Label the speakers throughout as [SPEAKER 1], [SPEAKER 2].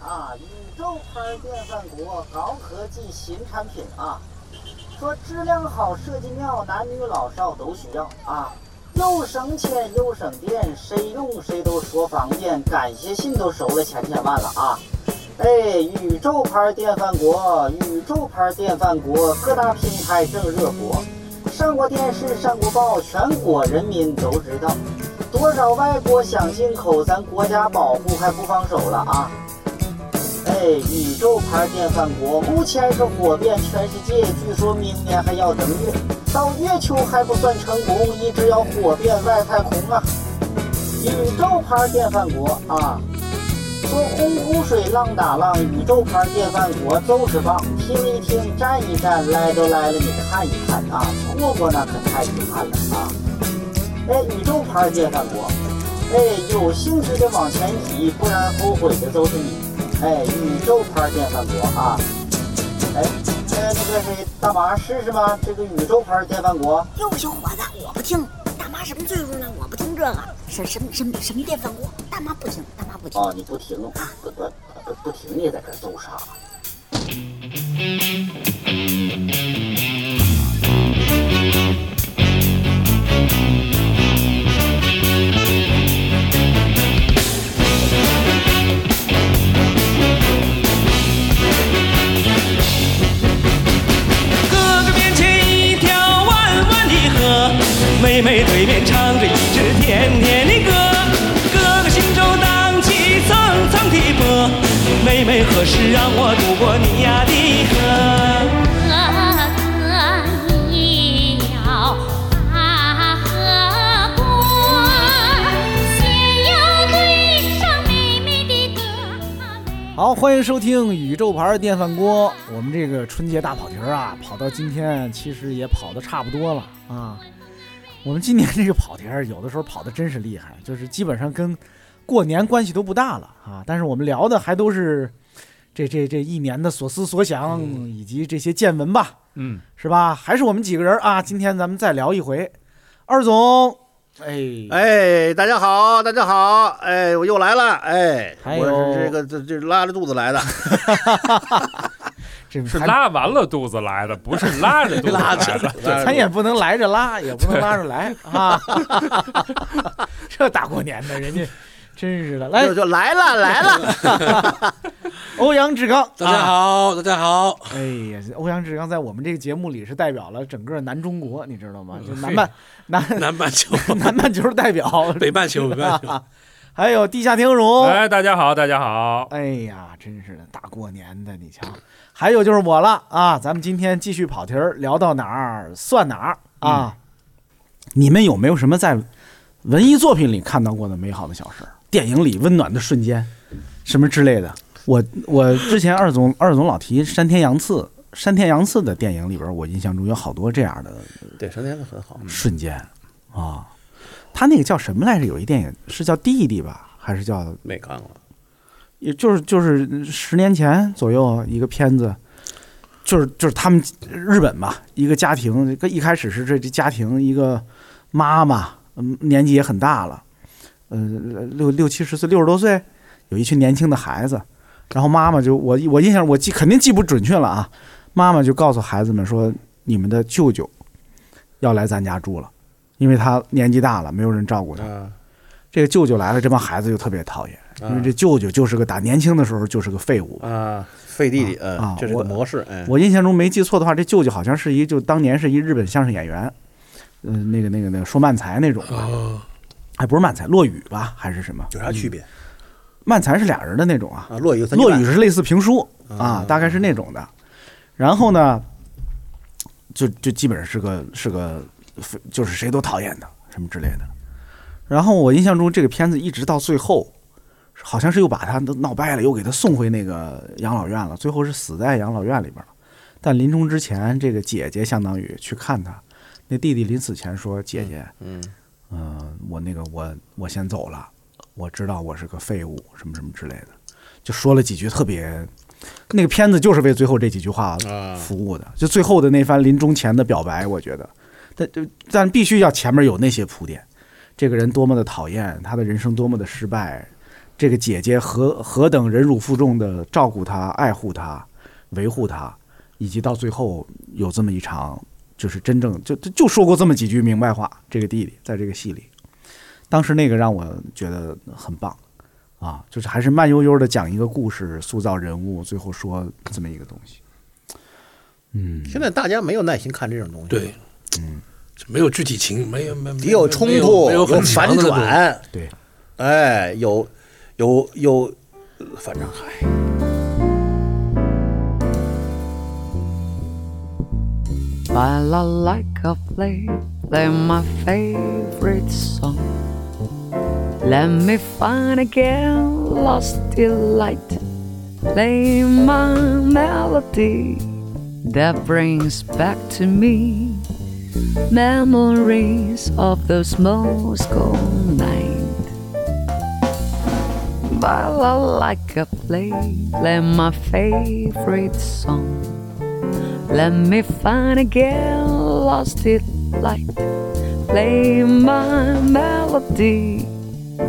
[SPEAKER 1] 啊，宇宙牌电饭锅高科技新产品啊，说质量好、设计妙，男女老少都需要啊，又省钱又省电，谁用谁都说方便，感谢信都收了千千万了啊。哎，宇宙牌电饭锅，宇宙牌电饭锅，各大品牌正热播，上过电视，上过报，全国人民都知道。多少外国想进口，咱国家保护还不放手了啊！哎，宇宙牌电饭锅目前是火遍全世界，据说明年还要登月，到月球还不算成功，一直要火遍外太空啊！宇宙牌电饭锅啊！说洪湖水浪打浪，宇宙牌电饭锅就是棒。听一听，站一站，来都来了，你看一看啊！错过那可太遗憾了啊！哎，宇宙牌电饭锅，哎，有兴趣的往前挤，不然后悔的都是你。哎，宇宙牌电饭锅啊！哎，那那个谁，大麻试试吗？这个宇宙牌电饭锅。
[SPEAKER 2] 哟，小伙子，我不听，大妈什么岁数了？我不听这个，什什么什么什么电饭锅，大妈不听，大妈不听。
[SPEAKER 1] 哦，你不停，不不不不停地在这儿揍啥？
[SPEAKER 3] 哥哥面前一条弯弯的河，妹妹对面唱着一支甜甜的歌，哥哥心中荡起层层的波，妹妹何时让我渡过你呀的河？
[SPEAKER 4] 哥一要把河过，先要对上妹妹的歌。
[SPEAKER 5] 好，欢迎收听宇宙牌电饭锅。我们这个春节大跑题儿啊，跑到今天其实也跑的差不多了啊。我们今年这个跑题儿，有的时候跑的真是厉害，就是基本上跟过年关系都不大了啊。但是我们聊的还都是这这这一年的所思所想，以及这些见闻吧，
[SPEAKER 6] 嗯，
[SPEAKER 5] 是吧？还是我们几个人啊，今天咱们再聊一回。二总，哎，
[SPEAKER 6] 哎，大家好，大家好，哎，我又来了，哎，
[SPEAKER 5] 还有
[SPEAKER 6] 我是这个这这拉着肚子 来的，
[SPEAKER 5] 这
[SPEAKER 7] 是
[SPEAKER 5] 还
[SPEAKER 7] 拉完了肚子来的，不是拉着肚子来的。
[SPEAKER 8] 哎
[SPEAKER 5] 咱也不能来着拉，也不能拉 着来啊！ 这大过年的，人家真是的。来
[SPEAKER 6] 就，就来了来了，
[SPEAKER 5] 欧阳志刚，
[SPEAKER 8] 大家
[SPEAKER 5] 啊！
[SPEAKER 8] 好，大家好，
[SPEAKER 5] 哎呀，欧阳志刚在我们这个节目里是代表了整个南中国，你知道吗？就南半南
[SPEAKER 8] 南半球、
[SPEAKER 5] 南半球代表，啊
[SPEAKER 8] 北半球、北半 球，
[SPEAKER 5] 还有地下天荣。
[SPEAKER 7] 哎，大家好，大家好，
[SPEAKER 5] 哎呀，真是的，大过年的，你瞧。还有就是我了啊，咱们今天继续跑题儿，聊到哪儿算哪儿啊。你们有没有什么在文艺作品里看到过的美好的小事儿？电影里温暖的瞬间，什么之类的？我我之前二总二总老提山田洋次，山田洋次的电影里边，我印象中有好多这样的
[SPEAKER 6] 对，成天都很好，
[SPEAKER 5] 瞬间啊。他那个叫什么来着？有一电影是叫《弟弟》吧，还是叫
[SPEAKER 6] 没看过，
[SPEAKER 5] 也就是就是十年前左右一个片子，就是就是他们日本吧，一个家庭，一个一开始是这这家庭一个妈妈，嗯，年纪也很大了，呃，六六七十岁，六十多岁，有一群年轻的孩子，然后妈妈就我我印象我记肯定记不准确了啊，妈妈就告诉孩子们说，你们的舅舅要来咱家住了，因为他年纪大了，没有人照顾他。
[SPEAKER 6] 啊，
[SPEAKER 5] 这个舅舅来了，这帮孩子就特别讨厌，因为这舅舅就是个打年轻的时候就是个废物。
[SPEAKER 6] 啊，废弟弟，
[SPEAKER 5] 啊
[SPEAKER 6] 嗯，这是
[SPEAKER 5] 我
[SPEAKER 6] 个模式，哎，
[SPEAKER 5] 我印象中没记错的话，这舅舅好像是一就当年是一日本相声演员，嗯、那个那个那个说漫才那种吧，
[SPEAKER 6] 哦
[SPEAKER 5] 还不是漫才，落雨吧还是什么？
[SPEAKER 6] 有啥区别
[SPEAKER 5] 漫才是俩人的那种啊，
[SPEAKER 6] 嗯啊？落雨，
[SPEAKER 5] 落雨，是类似评书啊
[SPEAKER 6] 啊，
[SPEAKER 5] 大概是那种的。然后呢，就就基本上是个是个，就是谁都讨厌他什么之类的。然后我印象中这个片子一直到最后，好像是又把他都闹掰了，又给他送回那个养老院了，最后是死在养老院里边了。但临终之前，这个姐姐相当于去看他，那弟弟临死前说：“姐姐，
[SPEAKER 6] 嗯，
[SPEAKER 5] 嗯，我那个我我先走了，我知道我是个废物，什么什么之类的，就说了几句特别，那个片子就是为最后这几句话
[SPEAKER 6] 啊
[SPEAKER 5] 服务的，就最后的那番临终前的表白，我觉得，但但必须要前面有那些铺垫，这个人多么的讨厌，他的人生多么的失败，这个姐姐何何等忍辱负重的照顾她、爱护她、维护她，以及到最后有这么一场，就是真正就就就说过这么几句明白话。这个弟弟在这个戏里，当时那个让我觉得很棒啊，就是还是慢悠悠的讲一个故事，塑造人物，最后说这么一个东西。嗯，
[SPEAKER 6] 现在大家没有耐心看这种东西，
[SPEAKER 8] 对，嗯，没有具体情，没有没有没
[SPEAKER 6] 有冲
[SPEAKER 8] 没
[SPEAKER 6] 突，
[SPEAKER 8] 没有很强
[SPEAKER 6] 反
[SPEAKER 8] 的那种，
[SPEAKER 6] 转，
[SPEAKER 5] 对，
[SPEAKER 6] 哎，有有有，呃反正嗨，
[SPEAKER 8] 嗯
[SPEAKER 9] While I like a play, play my favorite song. Let me find again lost delight. Play my melody that brings back to me memories of those most cold nights. While I like a play, play my favorite song. Let me find again lost it light. Play my melody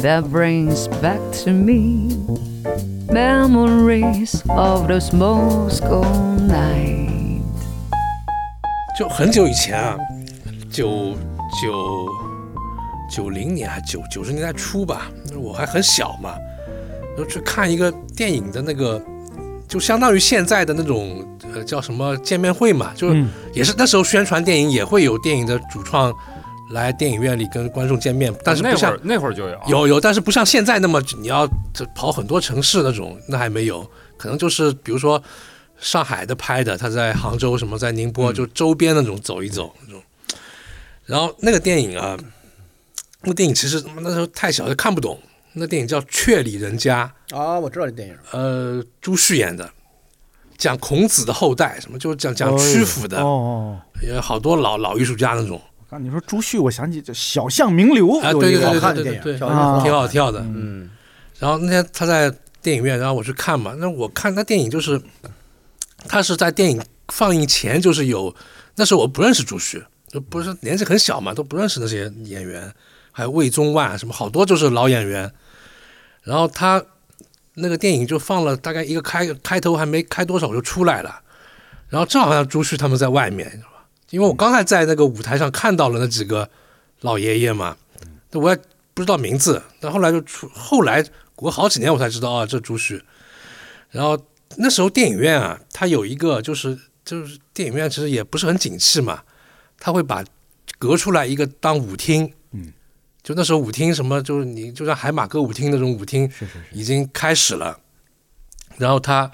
[SPEAKER 9] that brings back to me memories of those Moscow nights.
[SPEAKER 8] 就很久以前啊，九九九零年还九九十年代初吧，我还很小嘛，然后去看一个电影的那个，就相当于现在的那种呃叫什么见面会嘛，就是
[SPEAKER 5] 嗯
[SPEAKER 8] 也是那时候宣传电影也会有电影的主创来电影院里跟观众见面，但是
[SPEAKER 7] 那
[SPEAKER 8] 不
[SPEAKER 7] 会
[SPEAKER 8] 像
[SPEAKER 7] 儿那会儿就有
[SPEAKER 8] 有有，但是不像现在那么你要这跑很多城市那种，那还没有，可能就是比如说上海的拍的，他在杭州什么，在宁波、就周边那种
[SPEAKER 5] 嗯
[SPEAKER 8] 走一走那种。然后那个电影啊，那个电影其实那时候太小，就看不懂。那电影叫《雀里人家》，
[SPEAKER 6] 啊，我知道这电影，
[SPEAKER 8] 呃，朱旭演的，讲孔子的后代，什么就是讲讲曲阜的，
[SPEAKER 5] 哦哦，
[SPEAKER 8] 有好多老老艺术家那种，
[SPEAKER 5] 哦刚你说朱旭，我想起这小巷名流
[SPEAKER 8] 啊，
[SPEAKER 5] 有
[SPEAKER 8] 对
[SPEAKER 5] 一
[SPEAKER 8] 对
[SPEAKER 5] 个
[SPEAKER 8] 对
[SPEAKER 6] 好看
[SPEAKER 8] 对对
[SPEAKER 6] 的电影，
[SPEAKER 8] 对，
[SPEAKER 6] 小时候
[SPEAKER 8] 挺好挺好的。
[SPEAKER 6] 嗯，
[SPEAKER 8] 然后那天他在电影院，然后我去看嘛。那我看他电影就是，他是在电影放映前就是有，那时候我不认识朱旭，就不是年纪很小嘛，都不认识那些演员，还有魏宗万什么好多就是老演员。然后他那个电影就放了大概一个开开头还没开多少我就出来了，然后正好像朱旭他们在外面，你知道吧？因为我刚才在那个舞台上看到了那几个老爷爷嘛，那我也不知道名字，但后来就出，后来过好几年我才知道啊，这朱旭。然后那时候电影院啊，它有一个就是就是电影院其实也不是很景气嘛，他会把隔出来一个当舞厅，
[SPEAKER 5] 嗯，
[SPEAKER 8] 就那时候舞厅什么就是你就像海马歌舞厅那种舞厅，
[SPEAKER 5] 是是是，
[SPEAKER 8] 已经开始了，然后他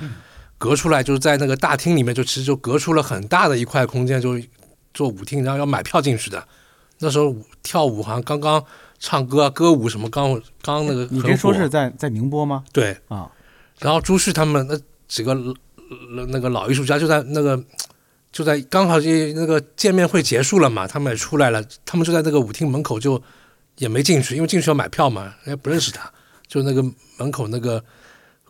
[SPEAKER 8] 隔出来，就是在那个大厅里面，就其实就隔出了很大的一块空间，就做舞厅，然后要买票进去的。那时候舞跳舞好像刚刚唱歌啊歌舞什么刚刚那个
[SPEAKER 5] 你
[SPEAKER 8] 很
[SPEAKER 5] 这说
[SPEAKER 8] 火
[SPEAKER 5] 是在在宁波吗？
[SPEAKER 8] 对
[SPEAKER 5] 啊，
[SPEAKER 8] 然后朱旭他们那几个呃那个老艺术家就在那个就在刚好这那个见面会结束了嘛，他们也出来了，他们就在那个舞厅门口就也没进去，因为进去要买票嘛，人家不认识他，就那个门口那个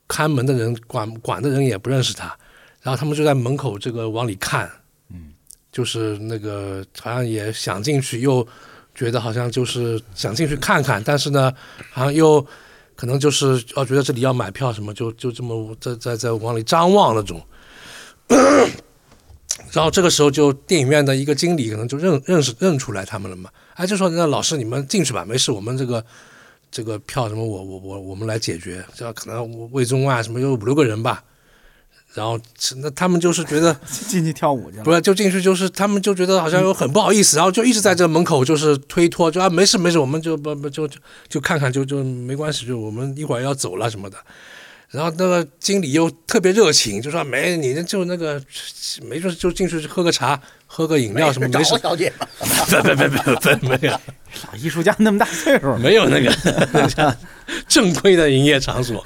[SPEAKER 8] 看门的人管管的人也不认识他，然后他们就在门口这个往里看，嗯，就是那个好像也想进去又。觉得好像就是想进去看看，但是呢，好像又可能就是哦，觉得这里要买票什么，就就这么在在在往里张望那种。 然后这个时候就电影院的一个经理可能就认认识认出来他们了嘛，哎，就说那老师你们进去吧，没事，我们这个这个票什么我我我我们来解决，这可能魏忠啊什么有五六个人吧。然后那他们就是觉得
[SPEAKER 5] 进去跳舞去了。
[SPEAKER 8] 不是，就进去就是他们就觉得好像有很不好意思，然后就一直在这门口就是推脱，就啊没事没事，我们就不不就就就看看就就没关系，就我们一会儿要走了什么的。然后那个经理又特别热情，就说啊没你就那个没事就进去喝个茶，喝个饮料什么
[SPEAKER 6] 找
[SPEAKER 8] 没事，
[SPEAKER 6] 小姐，
[SPEAKER 8] 别别别别别没有。
[SPEAKER 5] 老艺术家那么大岁数了，
[SPEAKER 8] 没有那个正规的营业场所。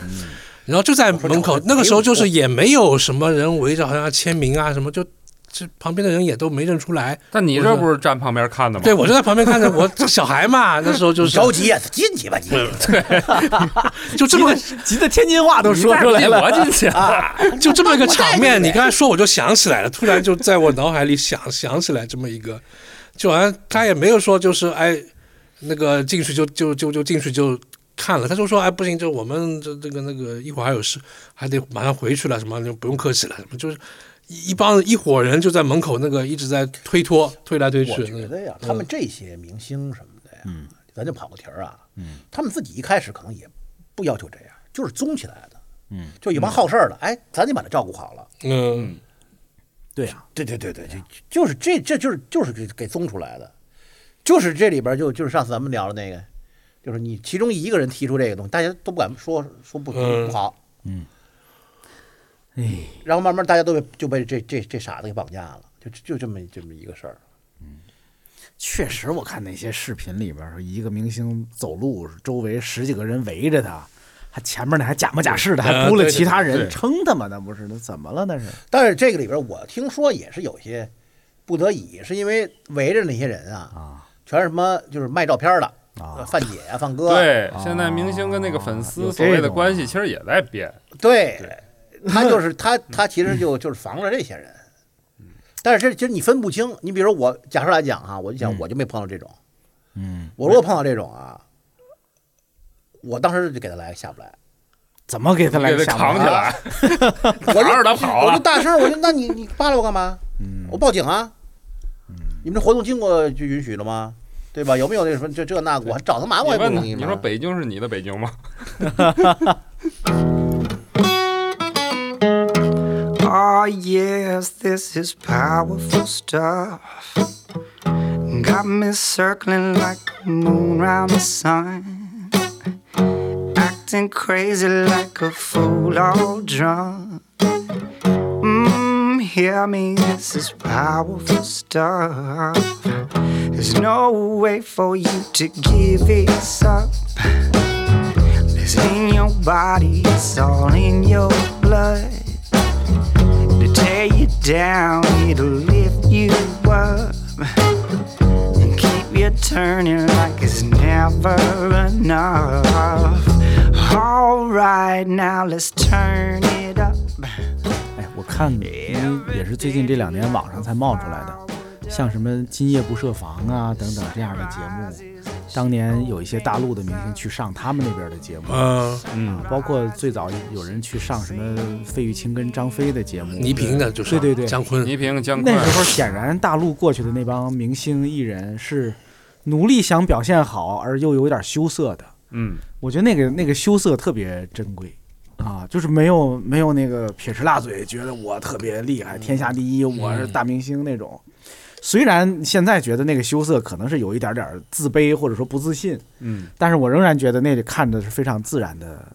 [SPEAKER 8] 然后就在门口，那个时候就是也没有什么人围着，好像要签名啊什么，就这旁边的人也都没认出来。
[SPEAKER 7] 但你这不是站旁边看的吗？
[SPEAKER 8] 对我就在旁边看着，我这小孩嘛，那时候就是
[SPEAKER 6] 着急呀，进去吧，进去。
[SPEAKER 8] 就这么
[SPEAKER 5] 急得天津话都说出来了。
[SPEAKER 7] 我 进去啊！
[SPEAKER 8] 就这么一个场面，你刚才说我就想起来了，突然就在我脑海里想想起来这么一个，就好像他也没有说就是哎，那个进去就就就就进去就看了，他就说哎不行，就我们这这个那个一会儿还有事，还得马上回去了，什么就不用客气了，什么就是一一帮一伙人就在门口那个一直在推脱，推来推去。嗯
[SPEAKER 6] 我觉得呀，他们这些明星什么的呀，咱就跑个题儿啊，他们自己一开始可能也不要求这样，就是综起来的，
[SPEAKER 5] 嗯，
[SPEAKER 6] 就一帮好事儿的，哎，咱得把他照顾好了。
[SPEAKER 8] 嗯，
[SPEAKER 5] 对呀、
[SPEAKER 6] 对对对对，就就是这这就是就是给给综出来的，就是这里边就就是上次咱们聊的那个，就是你其中一个人提出这个东西，大家都不敢说说不
[SPEAKER 8] 嗯
[SPEAKER 6] 不好，
[SPEAKER 5] 哎，
[SPEAKER 6] 然后慢慢大家都被就被这这这傻子给绑架了，就就这么这么一个事儿。
[SPEAKER 5] 确实，我看那些视频里边儿，一个明星走路，周围十几个人围着他，还前面那还假模假式的，还
[SPEAKER 8] 呃
[SPEAKER 5] 雇了
[SPEAKER 8] 对
[SPEAKER 5] 其他
[SPEAKER 8] 对
[SPEAKER 5] 人，
[SPEAKER 8] 对
[SPEAKER 5] 撑他妈的不是？那怎么了？那是
[SPEAKER 6] 但是这个里边，我听说也是有些不得已，是因为围着那些人啊，
[SPEAKER 5] 啊
[SPEAKER 6] 全是什么就是卖照片的，
[SPEAKER 5] 啊
[SPEAKER 6] 呃范姐啊、范哥啊，
[SPEAKER 7] 对，现在明星跟那个粉
[SPEAKER 5] 哦有
[SPEAKER 7] 丝
[SPEAKER 5] 这
[SPEAKER 7] 所谓的
[SPEAKER 5] 种
[SPEAKER 7] 关系其实也在变，
[SPEAKER 6] 对，他就是他，他其实就就是防着这些人。
[SPEAKER 5] 嗯
[SPEAKER 6] 但是这其实你分不清，你比如说我假设来讲哈、我就讲我就没碰到这种，
[SPEAKER 5] 嗯，
[SPEAKER 6] 我如果碰到这种啊，我当时就给他来个下不来，
[SPEAKER 5] 怎么给他来
[SPEAKER 7] 给
[SPEAKER 5] 个
[SPEAKER 7] 他
[SPEAKER 5] 下
[SPEAKER 7] 扛起
[SPEAKER 5] 马
[SPEAKER 7] 来，
[SPEAKER 6] 我
[SPEAKER 7] 扛着
[SPEAKER 6] 就
[SPEAKER 7] 他跑
[SPEAKER 6] 我就
[SPEAKER 7] 了。
[SPEAKER 6] 大声，我就那你你扒拉我干嘛？
[SPEAKER 7] 嗯
[SPEAKER 6] 我报警啊！你们这活动经过就允许了吗？对吧？有没有那什么这这那个？我还找他麻
[SPEAKER 7] 你
[SPEAKER 6] 我也不
[SPEAKER 7] 问他，
[SPEAKER 6] 容易
[SPEAKER 7] 你
[SPEAKER 6] 吗
[SPEAKER 7] 说北京是你的北京吗？
[SPEAKER 10] Ah, yes, this is powerful stuff. Got me circling like the moon round the sun. Acting crazy like a fool all drunk. Mmm, hear me, this is powerful stuff. There's no way for you to give this up. It's in your body, it's all in your blood to tear you down, it'll lift you up and keep you turning like it's never enough. All right, now let's turn it up.
[SPEAKER 5] 哎，我看因为也是最近这两年网上才冒出来的，像什么《今夜不设防》啊等等这样的节目，当年有一些大陆的明星去上他们那边的节目，
[SPEAKER 8] 嗯，
[SPEAKER 5] 啊，包括最早有人去上什么费玉清跟张飞的节目，
[SPEAKER 8] 倪萍的就是
[SPEAKER 5] 对对对，
[SPEAKER 8] 姜昆，
[SPEAKER 7] 倪萍、姜昆
[SPEAKER 5] 那，时候显然大陆过去的那帮明星艺人是努力想表现好而又有点羞涩的，
[SPEAKER 7] 嗯，
[SPEAKER 5] 我觉得那个那个羞涩特别珍贵。啊，就是没有没有那个撇吃辣嘴，觉得我特别厉害，天下第一，我是大明星那种。虽然现在觉得那个羞涩可能是有一点点儿自卑或者说不自信，
[SPEAKER 7] 嗯，
[SPEAKER 5] 但是我仍然觉得那里看着是非常自然的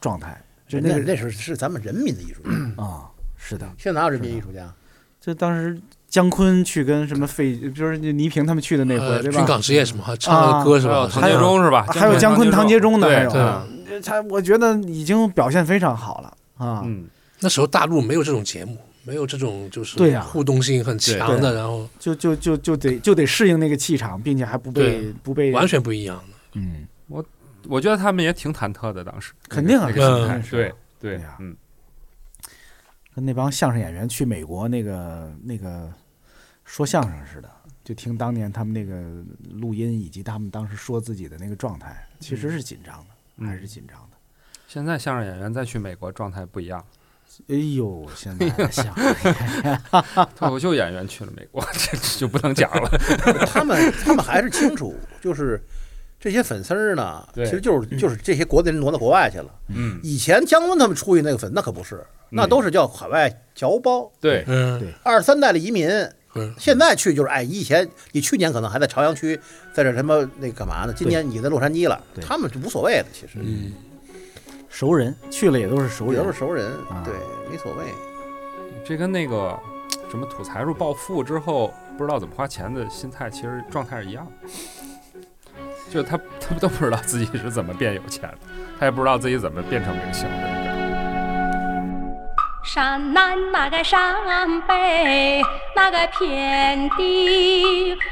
[SPEAKER 5] 状态。就那
[SPEAKER 6] 那
[SPEAKER 5] 个
[SPEAKER 6] 那是是咱们人民的艺术家，
[SPEAKER 5] 啊、是
[SPEAKER 1] 嗯
[SPEAKER 5] 的，
[SPEAKER 6] 现在哪有人民艺术家？
[SPEAKER 5] 就当时姜昆去跟什么费，就是倪萍他们去的那回，
[SPEAKER 8] 呃，
[SPEAKER 5] 对
[SPEAKER 8] 军
[SPEAKER 5] 吧
[SPEAKER 8] 港？实业什么还唱了个歌是
[SPEAKER 7] 嗯哦还有嗯唐杰
[SPEAKER 8] 吧？
[SPEAKER 5] 还有啊
[SPEAKER 7] 忠是吧？
[SPEAKER 5] 还有姜昆、唐杰忠呢，还
[SPEAKER 7] 对
[SPEAKER 5] 有
[SPEAKER 8] 对
[SPEAKER 5] 啊他，我觉得已经表现非常好了啊。
[SPEAKER 7] 嗯，
[SPEAKER 8] 那时候大陆没有这种节目，没有这种就是
[SPEAKER 5] 对呀
[SPEAKER 8] 互动性很强
[SPEAKER 5] 对
[SPEAKER 8] 的，然后
[SPEAKER 5] 就就就就得就得适应那个气场，并且还不被
[SPEAKER 8] 对
[SPEAKER 5] 不被
[SPEAKER 8] 完全不一样的。
[SPEAKER 5] 嗯，
[SPEAKER 7] 我觉得他们也挺忐忑的，当时
[SPEAKER 5] 肯定啊
[SPEAKER 7] 那个那个
[SPEAKER 8] 嗯
[SPEAKER 7] 心态
[SPEAKER 5] 是
[SPEAKER 7] 对
[SPEAKER 5] 啊
[SPEAKER 7] 对
[SPEAKER 5] 对呀，
[SPEAKER 7] 嗯，
[SPEAKER 5] 跟那帮相声演员去美国那个那个说相声似的，就听当年他们那个录音以及他们当时说自己的那个状态，其实是紧张的，
[SPEAKER 7] 嗯
[SPEAKER 5] 还是紧张的。
[SPEAKER 7] 现在相声演员再去美国状态不一样，
[SPEAKER 5] 哎呦，现在的相声哎
[SPEAKER 7] 脱口秀演员去了美国， 这这就不能讲 了。
[SPEAKER 6] 他们他们还是清楚，就是这些粉丝儿呢，其
[SPEAKER 7] 对
[SPEAKER 6] 实就是就是这些国内人挪到国外去了。
[SPEAKER 7] 嗯，
[SPEAKER 6] 以前姜昆他们出去那个粉，那可不是，那都是叫海外侨胞，
[SPEAKER 7] 对，
[SPEAKER 8] 嗯，
[SPEAKER 6] 二三代的移民。
[SPEAKER 8] 嗯，
[SPEAKER 6] 现在去就是，哎，以前你去年可能还在朝阳区，在这什么那个干嘛呢？今年你在洛杉矶了
[SPEAKER 5] 对，
[SPEAKER 6] 他们就无所谓的，其
[SPEAKER 7] 嗯
[SPEAKER 6] 实
[SPEAKER 5] 熟人去了也都是熟
[SPEAKER 6] 也
[SPEAKER 5] 人
[SPEAKER 6] 都，是熟人
[SPEAKER 5] 啊，
[SPEAKER 6] 对，没所谓。
[SPEAKER 7] 这跟那个什么土财入暴富之后不知道怎么花钱的心态，其实状态是一样的。就是他他们都不知道自己是怎么变有钱的，他也不知道自己怎么变成明星的。
[SPEAKER 4] 山南那个山北那个遍地花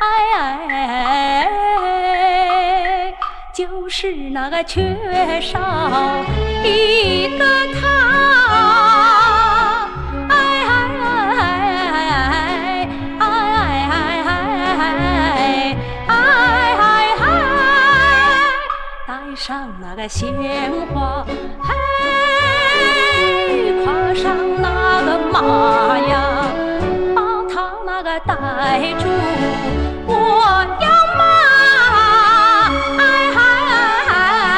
[SPEAKER 4] 哎哎哎哎哎哎哎，就是那个缺少一个他。哎哎哎哎哎哎哎上那个鲜花，嘿，跨上那个马呀，把他那个逮住，我要马，哎嗨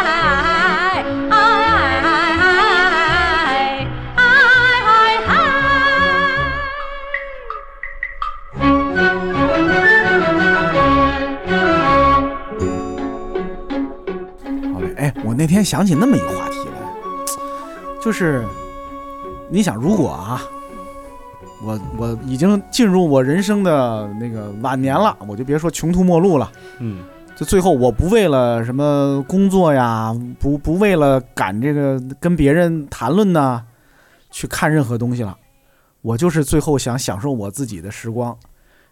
[SPEAKER 4] 哎嗨哎嗨哎嗨。
[SPEAKER 5] 好嘞，哎，我那天想起那么一个话题来，就是你想，如果啊，我我已经进入我人生的那个晚年了，我就别说穷途末路了，
[SPEAKER 7] 嗯，
[SPEAKER 5] 就最后我不为了什么工作呀，不不为了赶这个跟别人谈论呐、去看任何东西了，我就是最后想享受我自己的时光。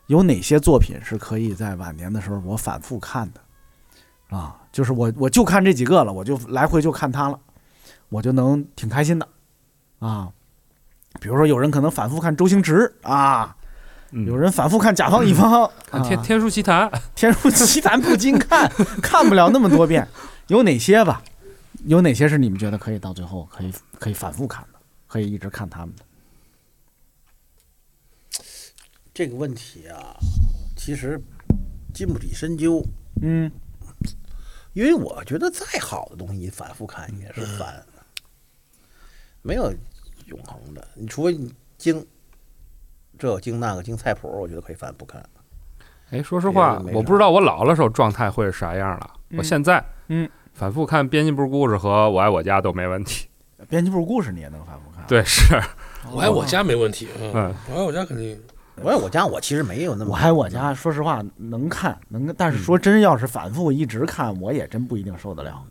[SPEAKER 5] 有哪些作品是可以在晚年的时候我反复看的啊？就是我我就看这几个了，我就来回就看它了，我就能挺开心的啊。比如说，有人可能反复看周星驰啊，
[SPEAKER 7] 嗯
[SPEAKER 5] 有人反复看甲方乙方，
[SPEAKER 7] 看
[SPEAKER 5] 啊
[SPEAKER 7] 天天书奇谭，
[SPEAKER 5] 天书奇谭不禁 看，看不了那么多遍，有哪些吧？有哪些是你们觉得可以到最后可以可以反复看的，可以一直看他们的？
[SPEAKER 6] 这个问题啊，其实经不起深究，
[SPEAKER 5] 嗯，
[SPEAKER 6] 因为我觉得再好的东西，你反复看也是烦，没有永恒的。你除非你经这个经那个经菜谱，我觉得可以反复看。
[SPEAKER 7] 哎，说实话
[SPEAKER 6] 别的没，啥
[SPEAKER 7] 我不知道我老了时候状态会是啥样了。
[SPEAKER 5] 嗯
[SPEAKER 7] 我现在，
[SPEAKER 5] 嗯，
[SPEAKER 7] 反复看《编辑部故事》和《我爱我家》都没问题。
[SPEAKER 5] 编辑部故事你也能反复看？，
[SPEAKER 7] 对，是，
[SPEAKER 8] 我爱我家没问题，
[SPEAKER 7] 哦嗯
[SPEAKER 8] 嗯，我爱我家肯定
[SPEAKER 6] 我我家我其实没有那么
[SPEAKER 5] 我还我家说实话能看能，但是说真要是反复一直看，我也真不一定受得了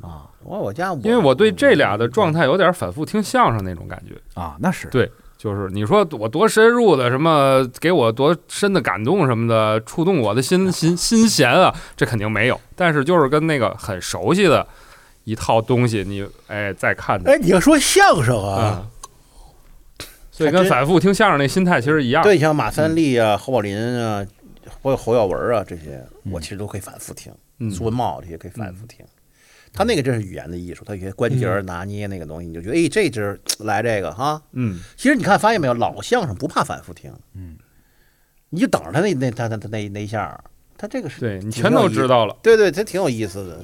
[SPEAKER 5] 啊
[SPEAKER 6] 我我家我
[SPEAKER 7] 因为我
[SPEAKER 6] 嗯
[SPEAKER 7] 对这俩的状态有点反复听相声那种感觉。
[SPEAKER 5] 啊，那是
[SPEAKER 7] 对就是你说我多深入的什么，给我多深的感动什么的，触动我的心心心弦啊，这肯定没有。但是就是跟那个很熟悉的一套东西，你哎再看它
[SPEAKER 6] 哎，你要说相声啊，
[SPEAKER 7] 啊，所以跟反复听相声那心态其实一样。
[SPEAKER 6] 对，像马三立啊、侯宝林啊，包括侯耀文啊这些，我其实都可以反复听。
[SPEAKER 7] 嗯，
[SPEAKER 6] 苏文茂这些可以反复听。他那个真是语言的艺术，他有些关节儿拿捏那个东西，你就觉得，哎，这支来这个哈。
[SPEAKER 7] 嗯，
[SPEAKER 6] 其实你看，发现没有，老相声不怕反复听，
[SPEAKER 5] 嗯，
[SPEAKER 6] 你就等着他那那他他他那那一下儿，他这个是
[SPEAKER 7] 对你
[SPEAKER 6] 挺
[SPEAKER 7] 全
[SPEAKER 6] 有
[SPEAKER 7] 都
[SPEAKER 6] 意
[SPEAKER 7] 知道了。
[SPEAKER 6] 对对，他挺有意思的。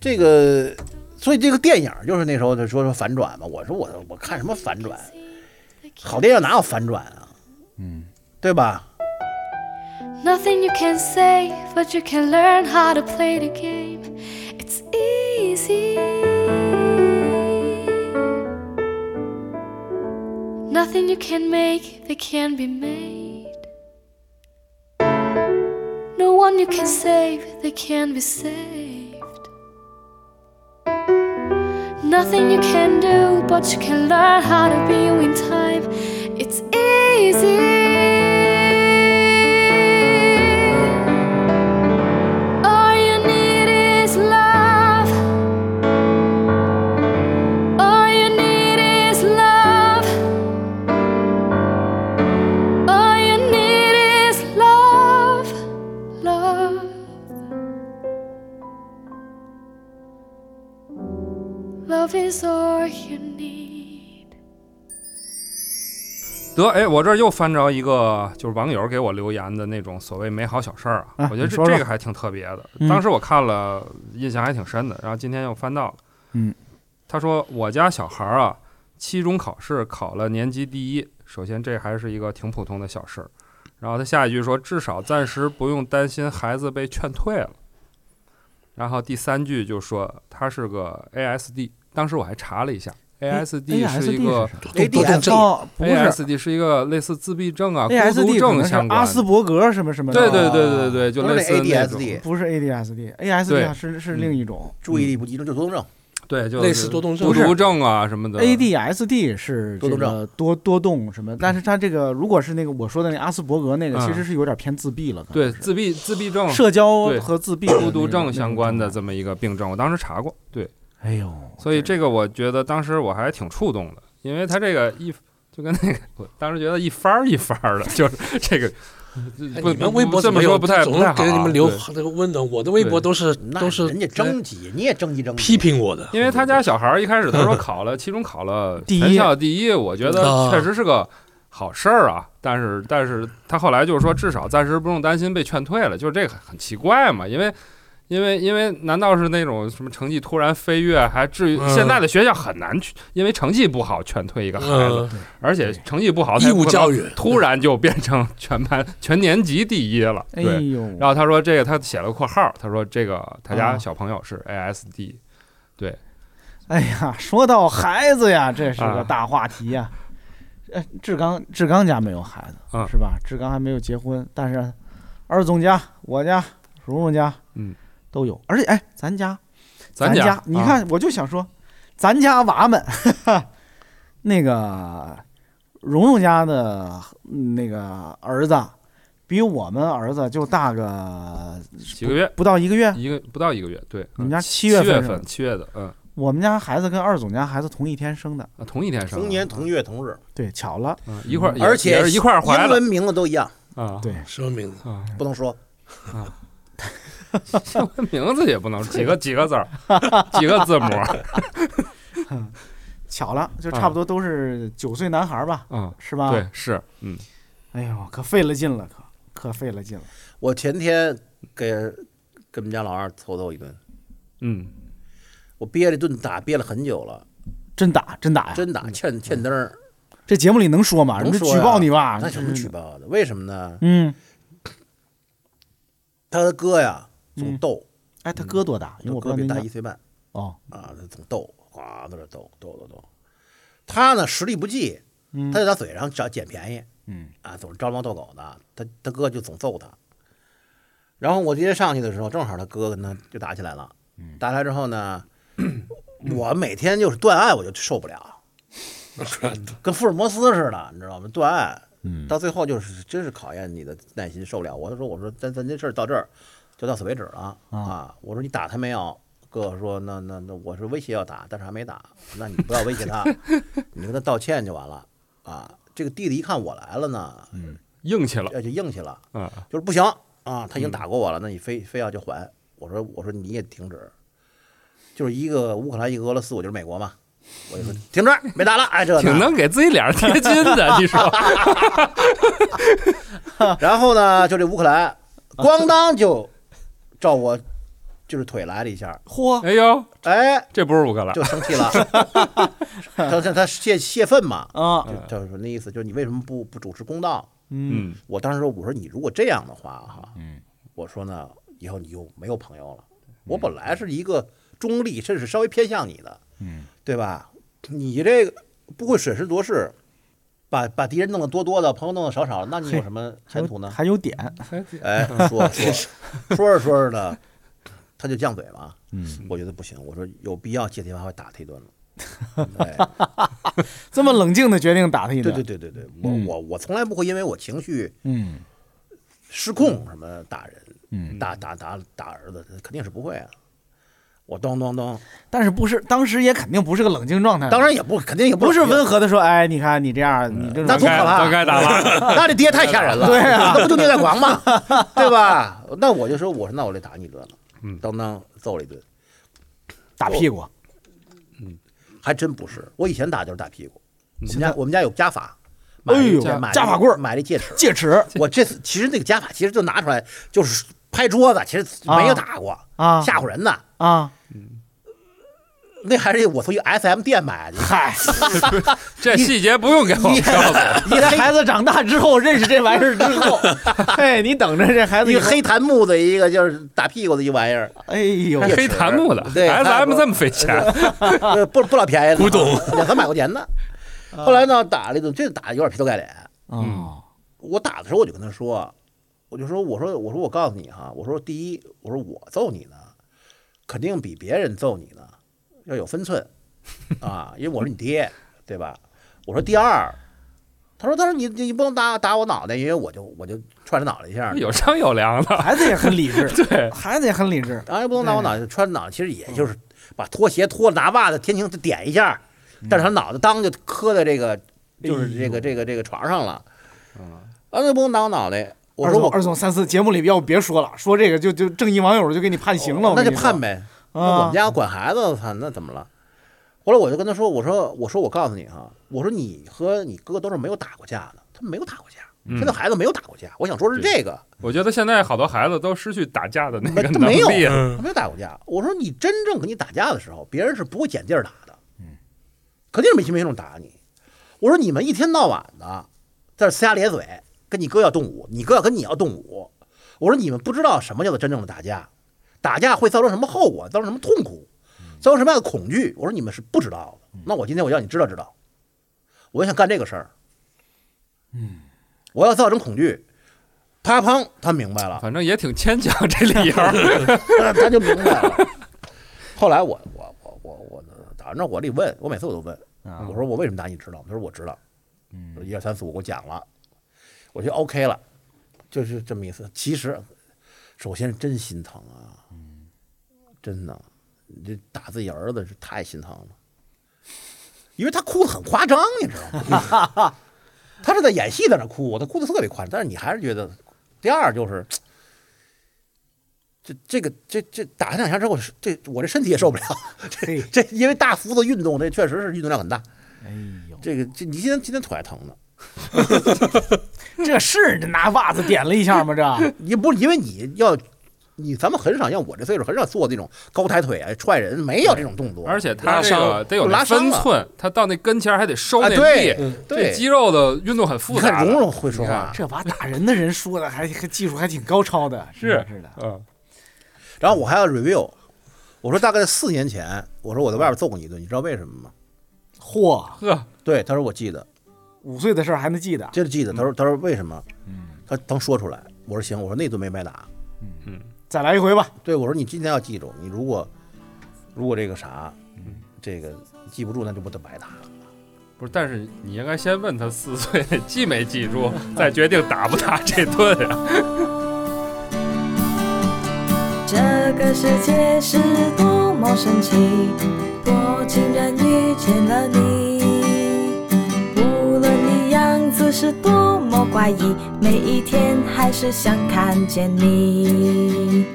[SPEAKER 6] 这个，所以这个电影儿就是那时候他说说反转嘛，我说我我看什么反转，好电影哪有反转啊？
[SPEAKER 5] 嗯，
[SPEAKER 6] 对吧？
[SPEAKER 11] Nothing you can say, but you can learn how to play the game. It's easy. Nothing you can make that can be made. No one you can save that can be saved. Nothing you can do, but you can learn how to be in time. It's easy. All you need is love. All you need is love. All you need is love. Love. Love is all you need.
[SPEAKER 7] 得，哎，我这儿又翻着一个，就是网友给我留言的那种所谓美好小事儿
[SPEAKER 5] 啊
[SPEAKER 7] 我觉得
[SPEAKER 5] 你
[SPEAKER 7] 这
[SPEAKER 5] 说说
[SPEAKER 7] 这个还挺特别的。
[SPEAKER 5] 嗯
[SPEAKER 7] 当时我看了，印象还挺深的，然后今天又翻到了。
[SPEAKER 5] 嗯，
[SPEAKER 7] 他说我家小孩儿啊，期中考试考了年级第一，首先这还是一个挺普通的小事儿。然后他下一句说，至少暂时不用担心孩子被劝退了。然后第三句就说他是个 ASD，当时我还查了一下，ASD 是一个。
[SPEAKER 8] 多多动症，
[SPEAKER 5] 哦，不是
[SPEAKER 7] ASD 是一个类似自闭症啊、孤
[SPEAKER 5] ASD
[SPEAKER 7] 独
[SPEAKER 5] 可
[SPEAKER 7] 症
[SPEAKER 5] 能是
[SPEAKER 7] 相关的。
[SPEAKER 5] 阿斯伯格什么什么的，啊
[SPEAKER 7] 对对对
[SPEAKER 8] 啊
[SPEAKER 7] 对对，就
[SPEAKER 6] 不是
[SPEAKER 7] 类似那种
[SPEAKER 6] ADSD，
[SPEAKER 5] 不是 ADSD，ASD
[SPEAKER 7] 对
[SPEAKER 5] 啊是是另一种。
[SPEAKER 6] 注意力不集中就多动症。
[SPEAKER 7] 对，就
[SPEAKER 8] 类似多动症
[SPEAKER 7] 孤独症啊什么的。
[SPEAKER 5] ADSD 是这
[SPEAKER 6] 多动
[SPEAKER 5] 个
[SPEAKER 6] 症嗯
[SPEAKER 5] 多多动什么，但是它这个如果是那个我说的那阿斯伯格那个，
[SPEAKER 7] 嗯
[SPEAKER 5] 其实是有点偏自闭了。可能
[SPEAKER 7] 对
[SPEAKER 5] 是
[SPEAKER 7] 自闭自闭症、
[SPEAKER 5] 社交
[SPEAKER 7] 对
[SPEAKER 5] 和自闭、
[SPEAKER 7] 孤独症相关的。这么一个病症，我当时查过。对，
[SPEAKER 5] 哎呦，
[SPEAKER 7] 所以这个我觉得当时我还挺触动的，因为他这个一就跟那个，我当时觉得一番儿一番儿的，就是这个。
[SPEAKER 8] 哎
[SPEAKER 7] 不
[SPEAKER 8] 你们微博
[SPEAKER 7] 这
[SPEAKER 8] 怎
[SPEAKER 7] 么
[SPEAKER 8] 么有
[SPEAKER 7] 说不太
[SPEAKER 8] 总
[SPEAKER 7] 不太
[SPEAKER 8] 能
[SPEAKER 7] 好
[SPEAKER 8] 给
[SPEAKER 7] 啊，
[SPEAKER 8] 你们留
[SPEAKER 7] 对
[SPEAKER 8] 这个温暖？我的微博
[SPEAKER 7] 对
[SPEAKER 8] 都是
[SPEAKER 6] 那
[SPEAKER 8] 都是
[SPEAKER 6] 人家争气，你也争一争气
[SPEAKER 8] 批。评我的，
[SPEAKER 7] 因为他家小孩儿一开始 他说考了，期中考了
[SPEAKER 5] 第一
[SPEAKER 7] 全校第一，我觉
[SPEAKER 8] 啊
[SPEAKER 7] 得确实是个好事儿啊。但是，但是他后来就是说，至少暂时不用担心被劝退了，就是这个很奇怪嘛，因为。因为因为难道是那种什么成绩突然飞跃，还至于
[SPEAKER 8] 嗯
[SPEAKER 7] 现在的学校很难去，因为成绩不好劝退一个孩子，
[SPEAKER 8] 嗯，
[SPEAKER 7] 而且成绩不好，
[SPEAKER 8] 义务教
[SPEAKER 7] 育
[SPEAKER 8] 育
[SPEAKER 7] 突然就变成全班全年级第一了。
[SPEAKER 5] 哎
[SPEAKER 7] 对，
[SPEAKER 5] 呦，
[SPEAKER 7] 然后他说这个他写了个括号，他说这个他
[SPEAKER 5] 啊
[SPEAKER 7] 家小朋友是 ASD，、
[SPEAKER 5] 哎呀，说到孩子呀，这是个
[SPEAKER 7] 啊
[SPEAKER 5] 大话题呀。 呃，志刚，志刚家没有孩子，
[SPEAKER 7] 嗯
[SPEAKER 5] 是吧？志刚还没有结婚，但是二总家、我家、蓉蓉家，
[SPEAKER 7] 嗯，
[SPEAKER 5] 都有。而且，哎，咱家，咱
[SPEAKER 7] 家啊
[SPEAKER 5] 你看，我就想说，咱家娃们，那个蓉蓉家的嗯那个儿子，比我们儿子就大个
[SPEAKER 7] 几个月，
[SPEAKER 5] 不到一个月。
[SPEAKER 7] 一个不到一个月，对，
[SPEAKER 5] 你们家
[SPEAKER 7] 嗯
[SPEAKER 5] 七
[SPEAKER 7] 七
[SPEAKER 5] 月份
[SPEAKER 7] 份
[SPEAKER 5] 是吧
[SPEAKER 7] 七月的，嗯，
[SPEAKER 5] 我们家孩子跟二总家孩子同一天生的，
[SPEAKER 7] 啊同一天生的，
[SPEAKER 6] 同年同月同日，
[SPEAKER 5] 对，巧了，
[SPEAKER 7] 嗯一块儿也，
[SPEAKER 6] 而且
[SPEAKER 7] 也是一块儿怀
[SPEAKER 6] 英
[SPEAKER 7] 了
[SPEAKER 6] 文名字都一样，
[SPEAKER 7] 啊，
[SPEAKER 5] 对，
[SPEAKER 8] 什么名字？
[SPEAKER 7] 啊，
[SPEAKER 6] 不能说。
[SPEAKER 7] 名字也不能几个几个字儿，几个字母
[SPEAKER 5] 巧了，就差不多都是九岁男孩吧，
[SPEAKER 7] 啊，
[SPEAKER 5] 是
[SPEAKER 7] 嗯，
[SPEAKER 5] 吧？
[SPEAKER 7] 啊对，是，嗯，
[SPEAKER 5] 哎呦，可费了劲了，可可费了劲了。
[SPEAKER 6] 我前天给给我们家老二凑揍一顿，
[SPEAKER 7] 嗯，
[SPEAKER 6] 我憋了一顿打，憋了很久了，
[SPEAKER 5] 真打真打呀！
[SPEAKER 6] 真打欠欠灯儿，
[SPEAKER 5] 这节目里能说吗？人
[SPEAKER 6] 能
[SPEAKER 5] 家
[SPEAKER 6] 说呀
[SPEAKER 5] 举报啊你吧？
[SPEAKER 6] 那什么举报的？为什么呢？
[SPEAKER 5] 嗯，
[SPEAKER 6] 他的哥呀总
[SPEAKER 5] 嗯
[SPEAKER 6] 斗，
[SPEAKER 5] 哎，他哥多大？因为
[SPEAKER 6] 我
[SPEAKER 5] 我不知道
[SPEAKER 6] 哥比
[SPEAKER 5] 您
[SPEAKER 6] 大
[SPEAKER 5] 家
[SPEAKER 6] 一岁半
[SPEAKER 5] 哦，
[SPEAKER 6] 啊，他总斗，哗在这斗斗斗斗。他呢实力不济，
[SPEAKER 5] 嗯
[SPEAKER 6] 他就拿嘴上找捡便宜，
[SPEAKER 5] 嗯
[SPEAKER 6] 啊，总是招猫逗狗的，他他哥就总揍他。然后我直接上去的时候，正好他哥跟他就打起来了，
[SPEAKER 5] 嗯
[SPEAKER 6] 打起来之后呢，我每天就是断案，我就受不了，跟福尔摩斯似的，你知道吗？断案，
[SPEAKER 5] 嗯
[SPEAKER 6] 到最后就是真是考验你的耐心，受不了。我就说，我说咱咱这事儿到这儿就到此为止了
[SPEAKER 5] 啊
[SPEAKER 6] 啊！我说你打他没有？哥说那那那我是威胁要打，但是还没打。那你不要威胁 他，你跟他道歉就完了啊！这个弟弟一看我来了呢，
[SPEAKER 7] 硬气了，
[SPEAKER 6] 哎就硬气了，
[SPEAKER 7] 嗯，
[SPEAKER 6] 就是不行啊！他已经打过我了，那你非非要就还？我说我说你也停止，就是一个乌克兰一个俄罗斯，我就是美国嘛。我就说停止，别嗯打了，哎，这那
[SPEAKER 7] 挺能给自己脸上贴金的， 你说，
[SPEAKER 6] 然后呢，啊就这乌克兰，咣当就照我就是腿来了一下，
[SPEAKER 5] 嚯，
[SPEAKER 7] 哎呦，
[SPEAKER 6] 哎，
[SPEAKER 7] 这不是乌克
[SPEAKER 5] 啊
[SPEAKER 7] 兰，
[SPEAKER 6] 就生 气了。他他他泄泄愤嘛，
[SPEAKER 5] 啊，
[SPEAKER 6] 就就是说那意思，就是你为什么不不主持公道？
[SPEAKER 5] 嗯
[SPEAKER 7] 嗯，
[SPEAKER 6] 我当时说，我说你如果这样的话哈，我说呢，以后你就没有朋友了。
[SPEAKER 5] 嗯
[SPEAKER 6] 我本来是一个中立，甚至稍微偏向你的，
[SPEAKER 5] 嗯，
[SPEAKER 6] 对吧？你这个不会审时度势，把把敌人弄得多多的，朋友弄得少少的，那你有什么前途呢？
[SPEAKER 5] 还有点，
[SPEAKER 6] 哎，说说 说着说着呢，他就犟嘴了。
[SPEAKER 5] 嗯，
[SPEAKER 6] 我觉得不行，我说有必要借题发挥打他一顿了。 哎，
[SPEAKER 5] 这么冷静的决定打他一
[SPEAKER 6] 对
[SPEAKER 5] 顿，
[SPEAKER 6] 对
[SPEAKER 5] 对，
[SPEAKER 6] 对对对，我
[SPEAKER 5] 嗯
[SPEAKER 6] 我我从来不会因为我情绪
[SPEAKER 5] 嗯
[SPEAKER 6] 失控什么打人，
[SPEAKER 5] 嗯。
[SPEAKER 6] 打打打打儿子，肯定是不会啊。我咚咚咚，
[SPEAKER 5] 但是不是当时也肯定不是个冷静状态，
[SPEAKER 6] 当然也不呃肯定也
[SPEAKER 5] 哎不是温
[SPEAKER 6] 和，
[SPEAKER 5] 和的说，哎，你看你这样，你这
[SPEAKER 6] 那
[SPEAKER 5] 种
[SPEAKER 6] 多可怕！
[SPEAKER 7] 都该打 了，
[SPEAKER 6] 那这爹太吓人 了，
[SPEAKER 5] 对啊
[SPEAKER 6] 那不就虐待 狂吗？对吧？那我就说，我说那我得打你一顿了，
[SPEAKER 7] 嗯
[SPEAKER 6] 当当揍了一顿，
[SPEAKER 5] 打屁股，
[SPEAKER 6] 还真不是，我以前打就是打屁股。我们
[SPEAKER 5] 现在
[SPEAKER 6] 家我们家有家法，
[SPEAKER 5] 嗯哎呦
[SPEAKER 6] 买了一买了一
[SPEAKER 5] 家法棍儿
[SPEAKER 6] 买了一 戒尺。
[SPEAKER 5] 戒尺
[SPEAKER 6] 我这次其实那个家法其实就拿出来就是拍桌子，其实没有打过，
[SPEAKER 5] 啊
[SPEAKER 6] 吓唬人的。
[SPEAKER 5] 啊，
[SPEAKER 6] 那还是我从一个 S M 店买的，
[SPEAKER 5] 嗨，
[SPEAKER 7] 这细节不用给我们告诉我。
[SPEAKER 5] 你的孩子长大之后认识这玩意儿之 后，嘿，你等着这孩子
[SPEAKER 6] 一
[SPEAKER 5] 以
[SPEAKER 6] 个
[SPEAKER 5] 后，
[SPEAKER 6] 黑檀木的一个就是打屁股的一玩 意儿，
[SPEAKER 5] 哎呦，
[SPEAKER 6] 也
[SPEAKER 7] 黑
[SPEAKER 6] 是
[SPEAKER 7] 檀木的
[SPEAKER 6] 对
[SPEAKER 7] ，S
[SPEAKER 6] 差
[SPEAKER 7] M
[SPEAKER 6] 不多
[SPEAKER 7] 这么费钱，
[SPEAKER 6] 呃不不老便宜了，
[SPEAKER 8] 古董
[SPEAKER 6] 两三百块 钱呢。
[SPEAKER 5] 啊
[SPEAKER 6] 后来呢，打了一顿，这打得有点劈头盖脸。
[SPEAKER 5] 哦，
[SPEAKER 6] 我打的时候我就跟他说，我就说我说我说我告诉你哈，我说第一，我说我揍你呢，肯定比别人揍你呢要有分寸啊，因为我是你爹，对吧？我说第二，他说他说你你你不能打打我脑袋，因为我就我就踹他脑袋一下，
[SPEAKER 7] 有商有量的，
[SPEAKER 5] 孩子也很理 智，
[SPEAKER 7] 对，
[SPEAKER 5] 孩子也很理智，
[SPEAKER 6] 啊，又不能打我脑袋，踹他脑袋其实也就是把拖鞋脱了拿袜子天晴就点一下，但是他脑袋当就磕在这个就是这个这个这个床上了，啊，那不能挠脑袋。我
[SPEAKER 5] 二
[SPEAKER 6] 说
[SPEAKER 5] 总
[SPEAKER 6] 我
[SPEAKER 5] 二总三四节目里要不别说了，说这个就就正义网友就给你判刑了，我跟
[SPEAKER 6] 那就
[SPEAKER 5] 你说啊
[SPEAKER 6] 判呗。那我们家管孩子，操，那怎么了？后来我就跟他说，我说我说我告诉你哈，我说你和你哥都是没有打过架的，他们没有打过架，
[SPEAKER 7] 嗯
[SPEAKER 6] 现在孩子没有打过架。我想说是这个，
[SPEAKER 7] 我觉得现在好多孩子都失去打架的那个
[SPEAKER 6] 他
[SPEAKER 7] 能
[SPEAKER 6] 没有，
[SPEAKER 7] 力啊了。
[SPEAKER 6] 他没有打过架。我说你真正跟你打架的时候，别人是不会捡地儿打的，肯定是没心没肺打你。我说你们一天到晚的在这呲牙咧嘴，跟你哥要动武，你哥要跟你要动武。我说你们不知道什么叫做真正的打架，打架会造成什么后果，造成什么痛苦，造成什么样的恐惧。我说你们是不知道的。那我今天我要你知道知道，我就想干这个事儿。嗯，我要造成恐惧，啪砰，他明白了。
[SPEAKER 7] 反正也挺牵强，这啊理由 儿
[SPEAKER 6] 他就明白了。后来我我我我我，反正我得问，我每次我都问，我说我为什么打你知道吗？他说我知道，一二三四五给我讲了，我就 OK 了，就是这么意思。其实，首先真心疼啊，真的，你这打自己儿子是太心疼了，因为他哭得很夸张，你知道吗？ 他是在演戏，在那哭，他哭得特别夸张，但是你还是觉得。第二就是，这这个这这打他两下之后，这我这身体也受不了。这这因为大幅度运动，这确实是运动量很大。哎呦，这个这你今天今天腿还疼呢？
[SPEAKER 5] 这是拿袜子点了一下吗？ 这
[SPEAKER 6] 你不因为你要你咱们很少像我这岁数很少做那种高抬腿啊踹人，没有这种动作。
[SPEAKER 7] 而且他这
[SPEAKER 8] 拉
[SPEAKER 7] 个得有那
[SPEAKER 6] 拉伤
[SPEAKER 7] 分
[SPEAKER 6] 了
[SPEAKER 7] 寸，他到那跟前儿还得收
[SPEAKER 6] 啊
[SPEAKER 7] 那力，
[SPEAKER 6] 对对
[SPEAKER 7] 这肌肉的运动很复
[SPEAKER 6] 你看
[SPEAKER 7] 杂的。
[SPEAKER 6] 蓉蓉会说
[SPEAKER 7] 你
[SPEAKER 6] 话
[SPEAKER 7] 看，
[SPEAKER 5] 这把打人的人说的还还技术还挺高超的，
[SPEAKER 7] 是
[SPEAKER 5] 是的，
[SPEAKER 7] 嗯，
[SPEAKER 6] 然后我还要 review。我说大概四年前，我说我在外边揍过你一顿，你知道为什么吗？
[SPEAKER 5] 嚯，
[SPEAKER 7] 呵，
[SPEAKER 6] 对，他说我记得，
[SPEAKER 5] 五岁的事儿还能记得，
[SPEAKER 6] 接着记得。他说他说为什么？
[SPEAKER 7] 嗯
[SPEAKER 6] 他能说出来。我说行，我说那顿没白打。
[SPEAKER 5] 再来一回吧。
[SPEAKER 6] 对，我说你今天要记住，你如果如果这个啥，
[SPEAKER 5] 嗯
[SPEAKER 6] 这个记不住，那就不得白打了。
[SPEAKER 7] 不是，但是你应该先问他四岁记没记住， 再决定打不打这顿啊呀、
[SPEAKER 12] 这个世界是多么神奇，我竟然遇见了你。无论你样子是多么怪异，每一天还是想看见你。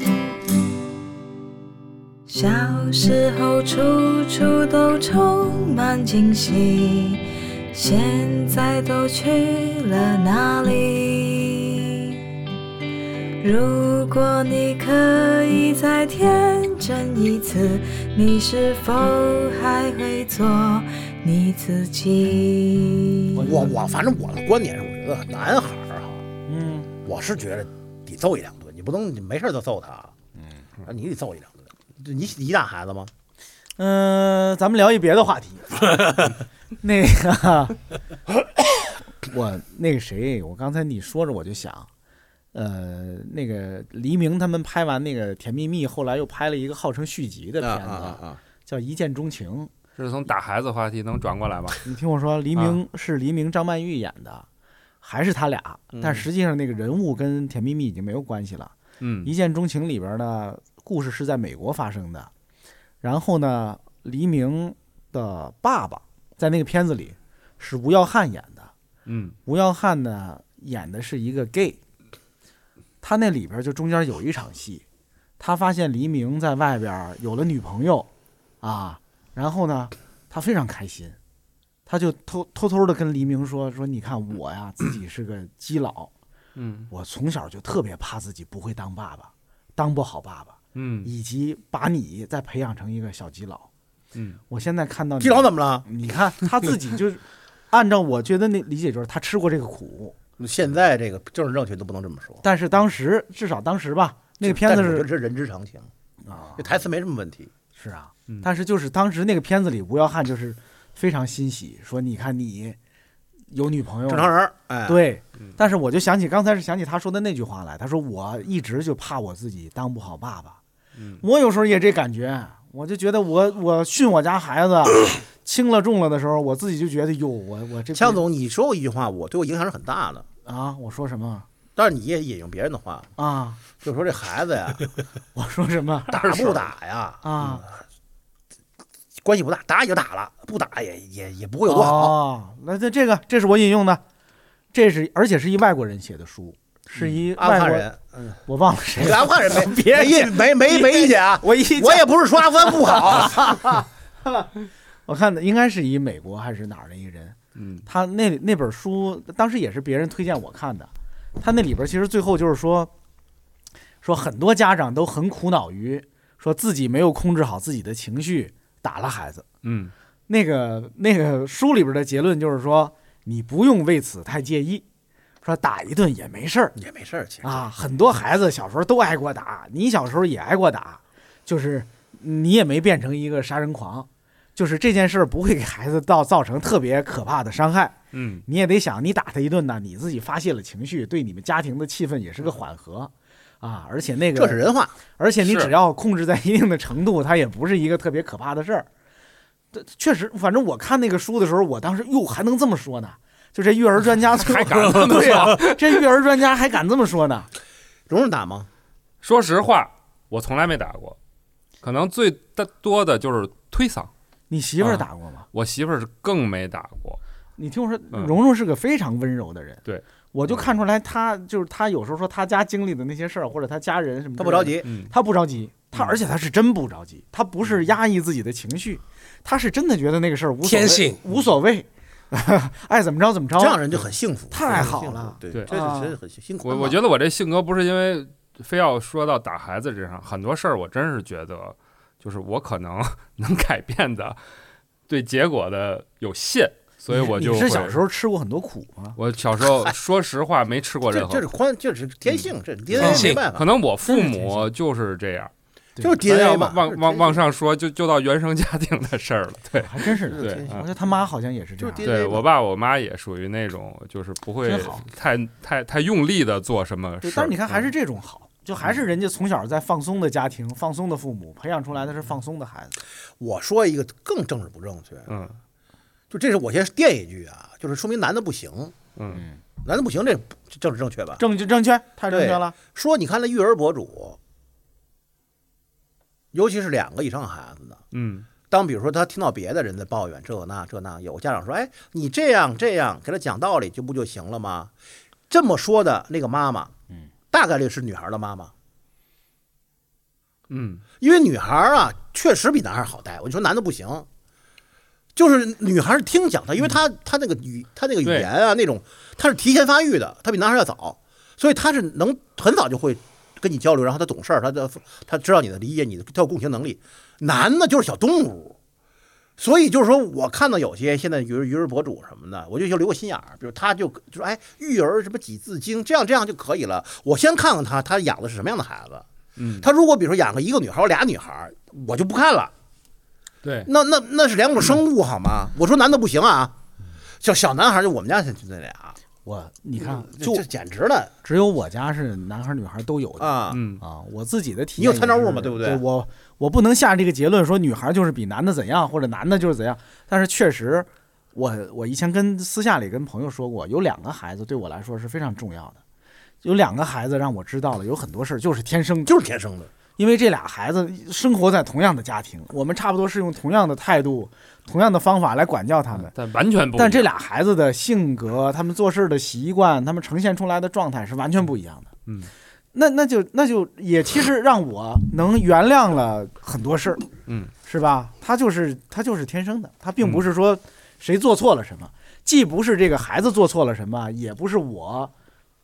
[SPEAKER 12] 小时候处处都充满惊喜，现在都去了哪里？如果你可以再天真一次，你是否还会做你自己？
[SPEAKER 6] 我我反正我的观点是，我觉得男孩儿哈，
[SPEAKER 5] 嗯，
[SPEAKER 6] 我是觉得得揍一两顿，你不能你没事儿就揍他，嗯，你得揍一两顿。这你你打孩子吗？
[SPEAKER 5] 嗯、咱们聊一别的 话题。那个，我那个谁，我刚才你说着我就想，呃，那个黎明他们拍完那个《甜蜜蜜》，后来又拍了一个号称续集的
[SPEAKER 6] 啊
[SPEAKER 5] 片子，
[SPEAKER 6] 啊啊啊！
[SPEAKER 5] 叫《一见钟情》。
[SPEAKER 7] 这是从打孩子话题能转过来吗？
[SPEAKER 5] 你听我说，黎明、是黎明、张曼玉演的，还是他俩？但实际上那个人物跟《甜蜜蜜》已经没有关系了。
[SPEAKER 7] 嗯
[SPEAKER 5] 一见钟情》里边呢，故事是在美国发生的。然后呢，黎明的爸爸在那个片子里是吴耀汉演的。
[SPEAKER 7] 嗯，
[SPEAKER 5] 吴耀汉呢演的是一个 gay，他那里边就中间有一场戏，他发现黎明在外边有了女朋友，啊，然后呢，他非常开心，他就偷偷偷的跟黎明说说，你看我呀自己是个基佬，
[SPEAKER 7] 嗯，
[SPEAKER 5] 我从小就特别怕自己不会当爸爸，当不好爸爸，
[SPEAKER 7] 嗯
[SPEAKER 5] 以及把你再培养成一个小基佬，
[SPEAKER 7] 嗯，
[SPEAKER 5] 我现在看到你
[SPEAKER 6] 基佬怎么了？
[SPEAKER 5] 你看他自己就是按照我觉得那理解就是他吃过这个苦，
[SPEAKER 6] 现在这个政治正确都不能这么说。
[SPEAKER 5] 但是当时至少当时吧，那个片子
[SPEAKER 6] 但我觉得
[SPEAKER 5] 是
[SPEAKER 6] 这人之常情，
[SPEAKER 5] 啊
[SPEAKER 6] 这台词没什么问题。
[SPEAKER 5] 是啊
[SPEAKER 7] 嗯，
[SPEAKER 5] 但是就是当时那个片子里，吴耀汉就是非常欣喜，说你看你有女朋友了，
[SPEAKER 6] 正常人儿，
[SPEAKER 5] 嗯
[SPEAKER 6] 哎，，
[SPEAKER 5] 对
[SPEAKER 7] 嗯，
[SPEAKER 5] 但是我就想起刚才是想起他说的那句话来，他说我一直就怕我自己当不好爸爸，
[SPEAKER 7] 嗯
[SPEAKER 5] 我有时候也这感觉，我就觉得我我训我家孩子 轻了重了的时候，我自己就觉得哟，我我这
[SPEAKER 6] 强总，你说过一句话，我对我影响是很大的，
[SPEAKER 5] 啊，我说什么
[SPEAKER 6] 但是你也引用别人的话，
[SPEAKER 5] 啊，
[SPEAKER 6] 就说 这孩子呀，
[SPEAKER 5] 我说什么
[SPEAKER 6] 打不打呀，
[SPEAKER 5] 啊，
[SPEAKER 6] 关系不大，打也就打了，不打也也也不会有多好。
[SPEAKER 5] 哦，那这这个这是我引用的，这是而且是一外国人写的书，是一
[SPEAKER 6] 阿富
[SPEAKER 5] 外
[SPEAKER 6] 汗
[SPEAKER 5] 国
[SPEAKER 6] 人，嗯，
[SPEAKER 5] 我忘了谁了，
[SPEAKER 6] 阿富汗人没
[SPEAKER 5] 别
[SPEAKER 6] 没意没没没意见啊，
[SPEAKER 5] 我一
[SPEAKER 6] 我也不是说阿富汗不 好，
[SPEAKER 5] 我看的应该是一美国还是哪儿的一个人，
[SPEAKER 7] 嗯，
[SPEAKER 5] 他那那本书当时也是别人推荐我看的，他那里边其实最后就是说，说很多家长都很苦恼于说自己没有控制好自己的情绪，打了孩子。
[SPEAKER 7] 嗯，
[SPEAKER 5] 那个那个书里边的结论就是说，你不用为此太介意，说打一顿也没事儿，
[SPEAKER 6] 也没事儿，其实
[SPEAKER 5] 啊，很多孩子小时候都挨过打，你小时候也挨过打，就是你也没变成一个杀人狂，就是这件事儿不会给孩子到造成特别可怕的伤害。
[SPEAKER 7] 嗯，
[SPEAKER 5] 你也得想，你打他一顿呢，你自己发泄了情绪，对你们家庭的气氛也是个缓和，啊，而且那个
[SPEAKER 6] 这是人话，
[SPEAKER 5] 而且你
[SPEAKER 7] 是
[SPEAKER 5] 只要控制在一定的程度，它也不是一个特别可怕的事儿。这确实，反正我看那个书的时候，我当时哟还能这么说呢，就这育儿 专家还
[SPEAKER 7] 敢这么说
[SPEAKER 5] 对啊，这育儿专家还敢这么说呢？
[SPEAKER 6] 蓉蓉打吗？
[SPEAKER 7] 说实话，我从来没打过，可能最大多的就是推搡。
[SPEAKER 5] 你媳妇儿打过吗？
[SPEAKER 7] 我媳妇儿是更没打过，
[SPEAKER 5] 啊你听我说，
[SPEAKER 7] 嗯
[SPEAKER 5] 蓉蓉是个非常温柔的人，
[SPEAKER 7] 对，嗯
[SPEAKER 5] 我就看出来她就是她有时候说她家经历的那些事儿，或者她家人什么，
[SPEAKER 6] 他不着，急，
[SPEAKER 7] 嗯，
[SPEAKER 5] 她不着急，
[SPEAKER 7] 嗯
[SPEAKER 5] 她而且她是真不着急，她不是压抑自己的情绪，她是真的觉得那个事儿无所谓
[SPEAKER 8] 天性
[SPEAKER 5] 无所谓， 爱怎么着怎么着，
[SPEAKER 6] 这样人就很幸福，
[SPEAKER 5] 哦太好了
[SPEAKER 6] 对，
[SPEAKER 7] 对
[SPEAKER 6] 这是
[SPEAKER 5] 啊
[SPEAKER 6] 真是很辛苦。
[SPEAKER 7] 我我觉得我这性格不是因为非要说到打孩子这上，很多事儿我真是觉得，就是我可能 能改变的，对结果的有限，所以我就
[SPEAKER 5] 你是小
[SPEAKER 7] 会
[SPEAKER 5] 时候吃过很多苦吗？
[SPEAKER 7] 我小时候说实话没吃过
[SPEAKER 6] 这
[SPEAKER 7] 任何
[SPEAKER 6] 这是
[SPEAKER 7] 苦，
[SPEAKER 6] 宽，这是天性，
[SPEAKER 5] 嗯
[SPEAKER 6] 这是
[SPEAKER 8] 天
[SPEAKER 6] DNA
[SPEAKER 8] 性
[SPEAKER 6] 没办
[SPEAKER 7] 可
[SPEAKER 6] 法，
[SPEAKER 7] 能我父
[SPEAKER 5] 真是天
[SPEAKER 7] 母就是这样。
[SPEAKER 5] 对
[SPEAKER 6] 就是
[SPEAKER 7] 咱要
[SPEAKER 6] DNA 嘛
[SPEAKER 7] 往，往往
[SPEAKER 6] 往
[SPEAKER 7] 往上说，就就到原生家庭的事儿了。对
[SPEAKER 5] 还真是的，
[SPEAKER 7] 对
[SPEAKER 6] 天，性
[SPEAKER 5] 我
[SPEAKER 7] 嗯
[SPEAKER 5] 觉得他妈好像也是这样
[SPEAKER 6] 就。是
[SPEAKER 7] 对
[SPEAKER 6] DNA
[SPEAKER 7] 我爸我妈也属于那种，就是不会
[SPEAKER 5] 真好
[SPEAKER 7] 太太太用力的做什么事
[SPEAKER 5] 对
[SPEAKER 7] 儿。，
[SPEAKER 5] 但是你看还是
[SPEAKER 7] 嗯
[SPEAKER 5] 这种好，就还是人家从小在放松的家庭、放松的父母培养出来的是放松的孩子。
[SPEAKER 6] 我说一个更政治不正确，
[SPEAKER 7] 嗯
[SPEAKER 6] 就这是我先垫一句啊，就是说明男的不行，
[SPEAKER 7] 嗯
[SPEAKER 6] 男的不行，这不这政治正确吧？
[SPEAKER 5] 正正确，太正确了。
[SPEAKER 6] 说你看那育儿博主，尤其是两个以上孩子的，
[SPEAKER 7] 嗯
[SPEAKER 6] 当比如说他听到别的人在抱怨这那这那，有家长说：“哎，你这样这样，给他讲道理就不就行了吗？”这么说的那个妈妈，
[SPEAKER 5] 嗯，
[SPEAKER 6] 大概率是女孩的妈妈，
[SPEAKER 7] 嗯
[SPEAKER 6] 因为女孩啊确实比男孩好带。我就说男的不行，就是女孩听讲她，因为她她那个语她那个语
[SPEAKER 7] 对
[SPEAKER 6] 言啊那种，她是提前发育的，她比男孩要早，所以她是能很早就会跟你交流，然后她懂事儿，她的她知道你的理解，你的她有共情能力。男的就是小动物。所以就是说，我看到有些现在育儿育儿博主什么的，我就就留个心眼儿。比如他就就说，哎，育儿什么几字经，这样这样就可以了。我先看看他他养的是什么样的孩子。
[SPEAKER 7] 嗯，
[SPEAKER 6] 他如果比如说养个一个女孩儿俩女孩儿，我就不看了。
[SPEAKER 7] 对，
[SPEAKER 6] 那那那是两种生物好吗？我说男的不行啊，小小男孩儿就我们家就那俩，
[SPEAKER 5] 我你看，
[SPEAKER 6] 这
[SPEAKER 5] 就
[SPEAKER 6] 这简直了
[SPEAKER 5] 只有我家是男孩儿女孩儿都有的
[SPEAKER 6] 啊！
[SPEAKER 7] 嗯
[SPEAKER 5] 啊，我自己的体验
[SPEAKER 6] 你有
[SPEAKER 5] 也是。
[SPEAKER 6] 参照物吗
[SPEAKER 5] 对
[SPEAKER 6] 对不对
[SPEAKER 5] 我我不能下这个结论说女孩就是比男的怎样，或者男的就是怎样。但是确实，我我以前跟私下里跟朋友说过，有两个孩子对我来说是非常重要的。有两个孩子让我知道了，有很多事儿就是天生的，
[SPEAKER 6] 就是天生的，
[SPEAKER 5] 因为这俩孩子生活在同样的家庭，我们差不多是用同样的态度、同样的方法来管教他
[SPEAKER 6] 嗯
[SPEAKER 5] 们。
[SPEAKER 7] 但完全不一样。
[SPEAKER 5] 但这俩孩子的性格、他们做事的习惯、他们呈现出来的状态是完全不一样的。
[SPEAKER 7] 嗯，
[SPEAKER 5] 那那就那就也其实让我能原谅了很多事儿。
[SPEAKER 7] 嗯，
[SPEAKER 5] 是吧？他就是他就是天生的，他并不
[SPEAKER 6] 嗯
[SPEAKER 5] 是说谁做错了什么，既不是这个孩子做错了什么，也不是我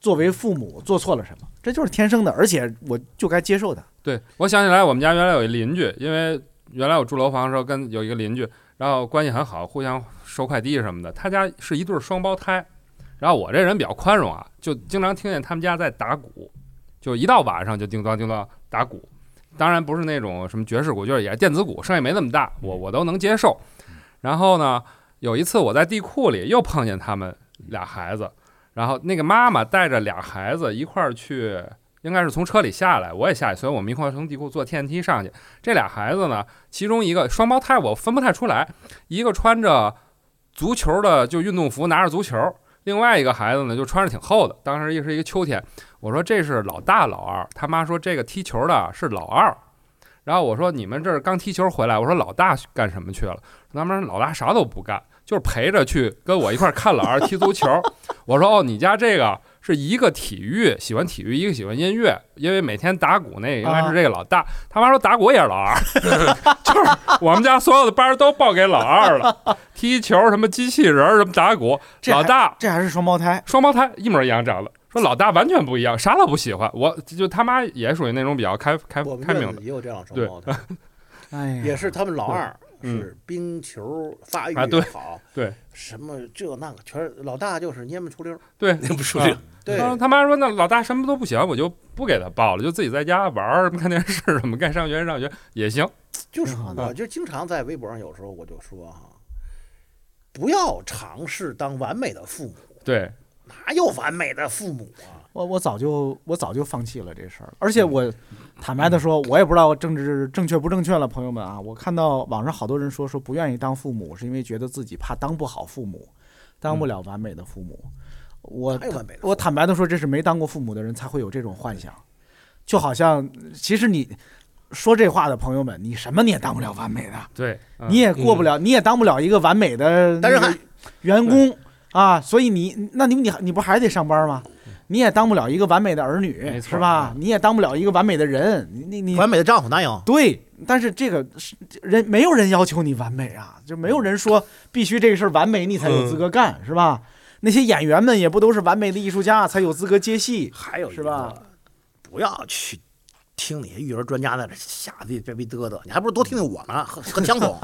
[SPEAKER 5] 作为父母做错了什么，这就是天生的，而且我就该接受的。
[SPEAKER 7] 对，我想起来，我们家原来有一邻居，因为原来我住楼房的时候跟有一个邻居，然后关系很好，互相收快递什么的。他家是一对儿双胞胎，然后我这人比较宽容啊，就经常听见他们家在打鼓，就一到晚上就叮当叮当打鼓。当然不是那种什么爵士鼓，就是也是电子鼓，声音没那么大，我我都能接受。然后呢，有一次我在地库里又碰见他们俩孩子，然后那个妈妈带着俩孩子一块儿去应该是从车里下来，我也下去，所以我们一块儿从地库坐电梯上去。这俩孩子呢，其中一个双胞胎，我分不太出来，一个穿着足球的就运动服，拿着足球；另外一个孩子呢，就穿着挺厚的。当时也是一个秋天，我说这是老大老二，他妈说这个踢球的是老二。然后我说你们这儿刚踢球回来，我说老大干什么去了？他们说老大啥都不干，就是陪着去跟我一块儿看老二踢足球。 我说哦，你家这个是一个体育喜欢体育，一个喜欢音乐，因为每天打鼓那个应该是这个老大。他妈说打鼓也是老二， 就是我们家所有的班儿都报给老二了，踢球什么机器人儿什么打鼓，
[SPEAKER 5] 还
[SPEAKER 7] 老大
[SPEAKER 5] 这还是双胞胎，
[SPEAKER 7] 双胞胎一模一样长得。说老大完全不一样，啥都不喜欢。我就他妈也属于那种比较开开
[SPEAKER 6] 我们
[SPEAKER 7] 开明
[SPEAKER 6] 院
[SPEAKER 7] 的
[SPEAKER 6] 子，也有这样的双
[SPEAKER 7] 对
[SPEAKER 6] 胞胎，
[SPEAKER 5] 哎呀，
[SPEAKER 6] 也是他们老二
[SPEAKER 7] 嗯
[SPEAKER 6] 是冰球发育
[SPEAKER 7] 啊对
[SPEAKER 6] 好，
[SPEAKER 7] 对
[SPEAKER 6] 什么这那个全是老大就是蔫不出溜儿，
[SPEAKER 7] 对，
[SPEAKER 8] 那不出溜
[SPEAKER 7] 啊。
[SPEAKER 6] 对，
[SPEAKER 7] 当时他妈说那老大什么都不喜欢，我就不给他报了，就自己在家玩儿、看电视什么，该上学上学也行。
[SPEAKER 6] 就是
[SPEAKER 5] 挺好的
[SPEAKER 6] 我就经常在微博上，有时候我就说哈，不要尝试当完美的父母，
[SPEAKER 7] 对，
[SPEAKER 6] 哪有完美的父母啊？
[SPEAKER 5] 我我早就我早就放弃了这事儿，而
[SPEAKER 7] 嗯
[SPEAKER 5] 且我坦白的说，我也不知道政治正确不正确了，朋友们啊，我看到网上好多人说说不愿意当父母，是因为觉得自己怕当不好父母，当
[SPEAKER 7] 嗯
[SPEAKER 5] 不了完美的父母。我
[SPEAKER 6] 哪有完美的父母
[SPEAKER 5] 我坦白的说，这是没当过父母的人才会有这种幻想，就好像其实你说这话的朋友们，你什么你也当不了完美的，
[SPEAKER 7] 对，嗯
[SPEAKER 5] 你也过不了，你也当不了一个完美的
[SPEAKER 6] 单身汉
[SPEAKER 5] 员工啊，所以你那你你你不还得上班吗？
[SPEAKER 6] 嗯
[SPEAKER 5] 你也当不了一个完美的儿女，
[SPEAKER 7] 没错
[SPEAKER 5] 是吧
[SPEAKER 7] 啊？
[SPEAKER 5] 你也当不了一个完美的人，你你你
[SPEAKER 6] 完美的丈夫哪有？
[SPEAKER 5] 对，但是这个是人没有人要求你完美啊，就没有
[SPEAKER 6] 嗯
[SPEAKER 5] 人说必须这个事儿完美你才有资格干，是吧？那些演员们也不都是完美的艺术家才有资格接 戏，
[SPEAKER 6] 还有一
[SPEAKER 5] 是
[SPEAKER 6] 个
[SPEAKER 5] 吧？
[SPEAKER 6] 不要去听那些育儿专家在那瞎逼逼逼嘚嘚，你还不如多听听我们和和江 总。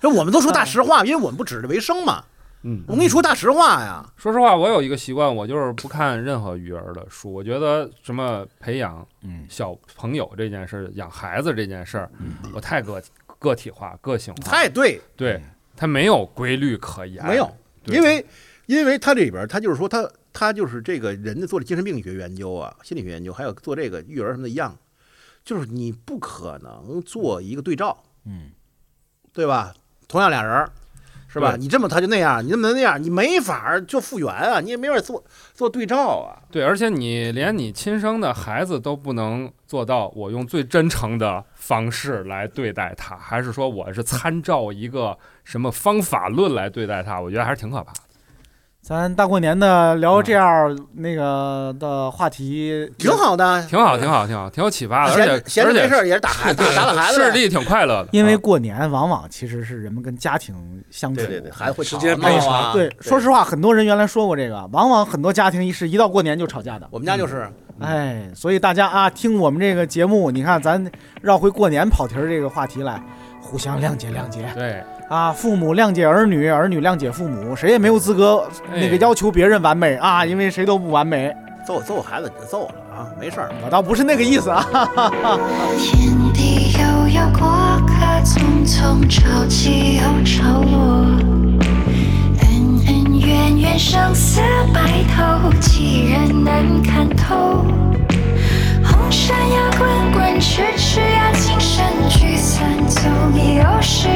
[SPEAKER 6] 这我们都说大实话，因为我们不指着为生嘛。
[SPEAKER 7] 嗯
[SPEAKER 6] 我们跟你说大实话呀。
[SPEAKER 7] 说实话，我有一个习惯，我就是不看任何育儿的书。我觉得什么培养
[SPEAKER 5] 嗯
[SPEAKER 7] 小朋友这件事儿，养孩子这件事儿，我太个个体化、个性化，
[SPEAKER 6] 太对，
[SPEAKER 7] 对，它没有规律可言，
[SPEAKER 6] 嗯没有，
[SPEAKER 7] 对，
[SPEAKER 6] 因为因为他这里边儿他就是说他他就是这个人家做的精神病学研究啊，心理学研究，还有做这个育儿什么的一样，就是你不可能做一个对照，
[SPEAKER 5] 嗯，
[SPEAKER 6] 对吧？同样俩人儿，是吧？
[SPEAKER 7] 对
[SPEAKER 6] 你这么他就那样，你这么那样，你没法儿就复原啊，你也没法儿做做对照啊。
[SPEAKER 7] 对，而且你连你亲生的孩子都不能做到，我用最真诚的方式来对待他，还是说我是参照一个什么方法论来对待他？我觉得还是挺可怕的。
[SPEAKER 5] 咱大过年的聊这样那个的话题，
[SPEAKER 6] 嗯挺好的，啊
[SPEAKER 7] 挺好，挺好，挺好，挺有启发的，而
[SPEAKER 6] 闲
[SPEAKER 7] 且
[SPEAKER 6] 闲着
[SPEAKER 7] 而
[SPEAKER 6] 没
[SPEAKER 7] 且
[SPEAKER 6] 事儿也是打孩子，打打孩子
[SPEAKER 7] 视
[SPEAKER 6] 呗，
[SPEAKER 7] 力挺快乐的，
[SPEAKER 5] 因为
[SPEAKER 7] 啊
[SPEAKER 5] 过年往往其实是人们跟家庭相处，
[SPEAKER 6] 嗯对对对，孩子会
[SPEAKER 8] 时间
[SPEAKER 6] 吵闹啊。
[SPEAKER 5] 对，说实话，很多人原来说过这个，往往很多家庭一是一到过年就吵架的。
[SPEAKER 6] 我们家就是
[SPEAKER 5] 哎，所以大家啊，听我们这个节目，你看咱绕回过年跑题儿这个话题来，互相谅解谅 解
[SPEAKER 7] 对，
[SPEAKER 5] 啊，父母谅解儿女，儿女谅解父母，谁也没有资格
[SPEAKER 7] 哎
[SPEAKER 5] 那个要求别人完美啊，因为谁都不完美。
[SPEAKER 6] 揍揍孩子就揍了啊，没事儿。
[SPEAKER 5] 我倒不是那个意思啊。
[SPEAKER 11] 天地悠悠，过客匆匆，潮起又潮落。恩恩怨怨，生死白头，几人能看透？红尘呀，滚滚痴痴呀，今生聚散总有时。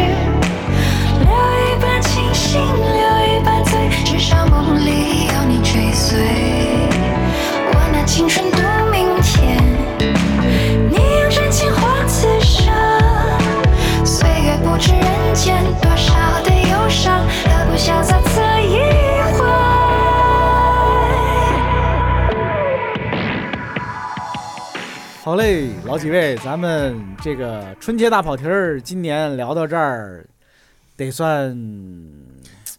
[SPEAKER 11] 留一半清醒，留一半醉，至少梦里有你追随。我拿青春赌明天。你用真情换此生，岁月不知人间多少的忧伤，何不潇洒此一回？
[SPEAKER 5] 好嘞，老几位，咱们这个春节大跑题儿，今年聊到这儿，得算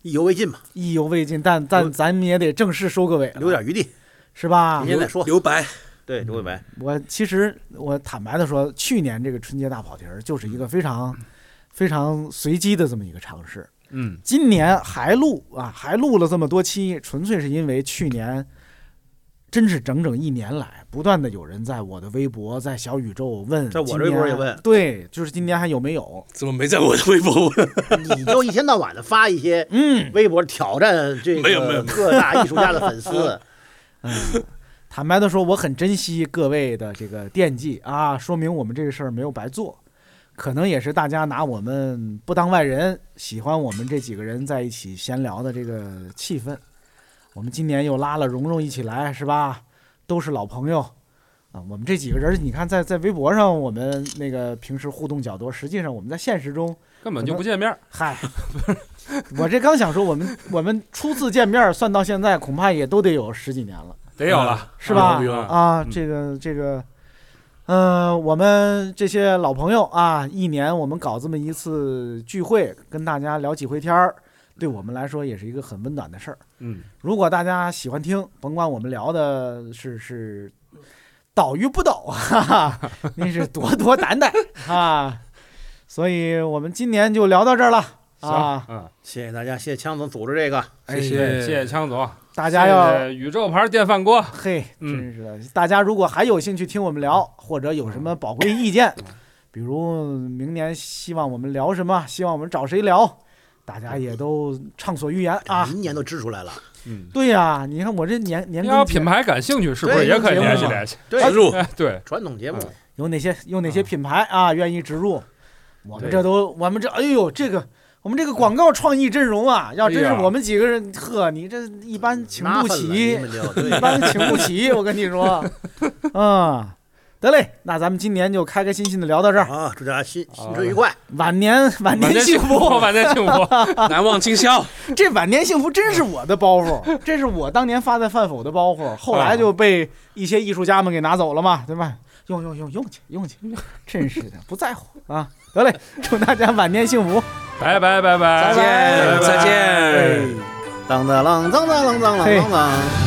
[SPEAKER 6] 意犹未尽嘛，
[SPEAKER 5] 意犹未尽，但但咱们也得正式收个尾
[SPEAKER 6] 留
[SPEAKER 5] 了，
[SPEAKER 6] 点余
[SPEAKER 7] 嗯
[SPEAKER 6] 地，
[SPEAKER 5] 是吧
[SPEAKER 6] 明？天再说。
[SPEAKER 8] 留白，
[SPEAKER 6] 对，留一白，
[SPEAKER 5] 我其实我坦白的说，去年这个春节大跑题儿就是
[SPEAKER 6] 嗯
[SPEAKER 5] 一个非常非常随机的这么一个尝试。
[SPEAKER 7] 嗯，
[SPEAKER 5] 今年还录啊，还录了这么多期，纯粹是因为去年真是整整一年来，不断的有人在我的微博、在小宇宙问，
[SPEAKER 6] 在我
[SPEAKER 5] 今
[SPEAKER 6] 这微博
[SPEAKER 5] 年
[SPEAKER 6] 也问
[SPEAKER 5] 对，就是今年还有没有？
[SPEAKER 8] 怎么没在我的 微博问？
[SPEAKER 6] 你就一天到晚的发一些
[SPEAKER 5] 嗯，
[SPEAKER 6] 微博挑战这
[SPEAKER 8] 没有没有
[SPEAKER 6] 个
[SPEAKER 8] 没
[SPEAKER 6] 各大艺术家的 粉丝，
[SPEAKER 5] 嗯坦白的说，我很珍惜各位的这个惦记啊，说明我们这个事儿没有白做，可能也是大家拿我们不当外人，喜欢我们这几个人在一起闲聊的这个气氛。我们今年又拉了蓉蓉一起来，是吧？都是老朋友，啊，我们这几个人，你看在在微博上，我们那个平时互动较多，实际上我们在现实中
[SPEAKER 7] 根本就不见面儿。
[SPEAKER 5] 嗨，我这刚想说，我们我们初次见面儿算到现在，恐怕也都得有十几年了，
[SPEAKER 7] 得有了
[SPEAKER 5] 是吧
[SPEAKER 7] 有有有？
[SPEAKER 5] 啊，
[SPEAKER 7] 嗯
[SPEAKER 5] 这个这个，嗯，我们这些老朋友啊，一年我们搞这么一次聚会，跟大家聊几回天儿，对我们来说也是一个很温暖的事儿。
[SPEAKER 7] 嗯，
[SPEAKER 5] 如果大家喜欢听，甭管我们聊的是是倒与不倒，哈哈， 您是多多担待啊。所以我们今年就聊到这儿了啊。
[SPEAKER 7] 嗯，
[SPEAKER 6] 谢谢大家，谢谢枪总组织这个，
[SPEAKER 5] 哎
[SPEAKER 7] 谢谢谢谢枪总，
[SPEAKER 5] 大家要
[SPEAKER 7] 谢谢宇宙牌电饭锅，
[SPEAKER 5] 嘿，
[SPEAKER 7] 嗯，
[SPEAKER 5] 真是的，大家如果还有兴趣听我们聊，或者有什么宝贵意见，比如明年希望我们聊什么，希望我们找谁聊，大家也都畅所欲言啊。
[SPEAKER 6] 明哎年都支出来了，
[SPEAKER 7] 嗯，
[SPEAKER 5] 对呀、你看我这年年
[SPEAKER 7] 你要
[SPEAKER 5] 更
[SPEAKER 7] 品
[SPEAKER 5] 节
[SPEAKER 7] 牌感兴趣，是不是
[SPEAKER 6] 对
[SPEAKER 7] 也可以
[SPEAKER 6] 有节目
[SPEAKER 7] 联系
[SPEAKER 6] 嘛
[SPEAKER 7] 联系？
[SPEAKER 6] 对，
[SPEAKER 8] 入
[SPEAKER 7] 哎 对，
[SPEAKER 6] 传统节目，
[SPEAKER 5] 有哪些有哪些品牌啊愿意植入？我们这都我们这哎呦这个。我们这个广告创意阵容啊，要真
[SPEAKER 7] 哎
[SPEAKER 5] 是
[SPEAKER 7] 呀
[SPEAKER 5] 我们几个人，呵，你这一般请
[SPEAKER 6] 拿
[SPEAKER 5] 不
[SPEAKER 6] 分了你
[SPEAKER 5] 起，
[SPEAKER 6] 们就
[SPEAKER 5] 一
[SPEAKER 6] 对
[SPEAKER 5] 般请不起，我跟你 说，嗯，得嘞，那咱们今年就开开心心的聊到这儿，
[SPEAKER 6] 啊，祝大家新新春愉快，
[SPEAKER 5] 晚 年晚
[SPEAKER 7] 晚
[SPEAKER 5] 年幸
[SPEAKER 7] 福，
[SPEAKER 5] 福，
[SPEAKER 7] 晚年幸福。
[SPEAKER 8] 难忘今宵。
[SPEAKER 5] 这晚年幸福真是我的包 袱，这是我当年发在饭否的包袱，后来就被一些艺术家们给拿走了嘛，对吧？用用用用去用去，真是的，不在乎啊！得嘞，祝大家晚年幸福，
[SPEAKER 7] 拜 拜拜拜，
[SPEAKER 5] 拜拜
[SPEAKER 8] 再见。
[SPEAKER 5] 哎
[SPEAKER 6] 当当啷当当啷当啷当啷。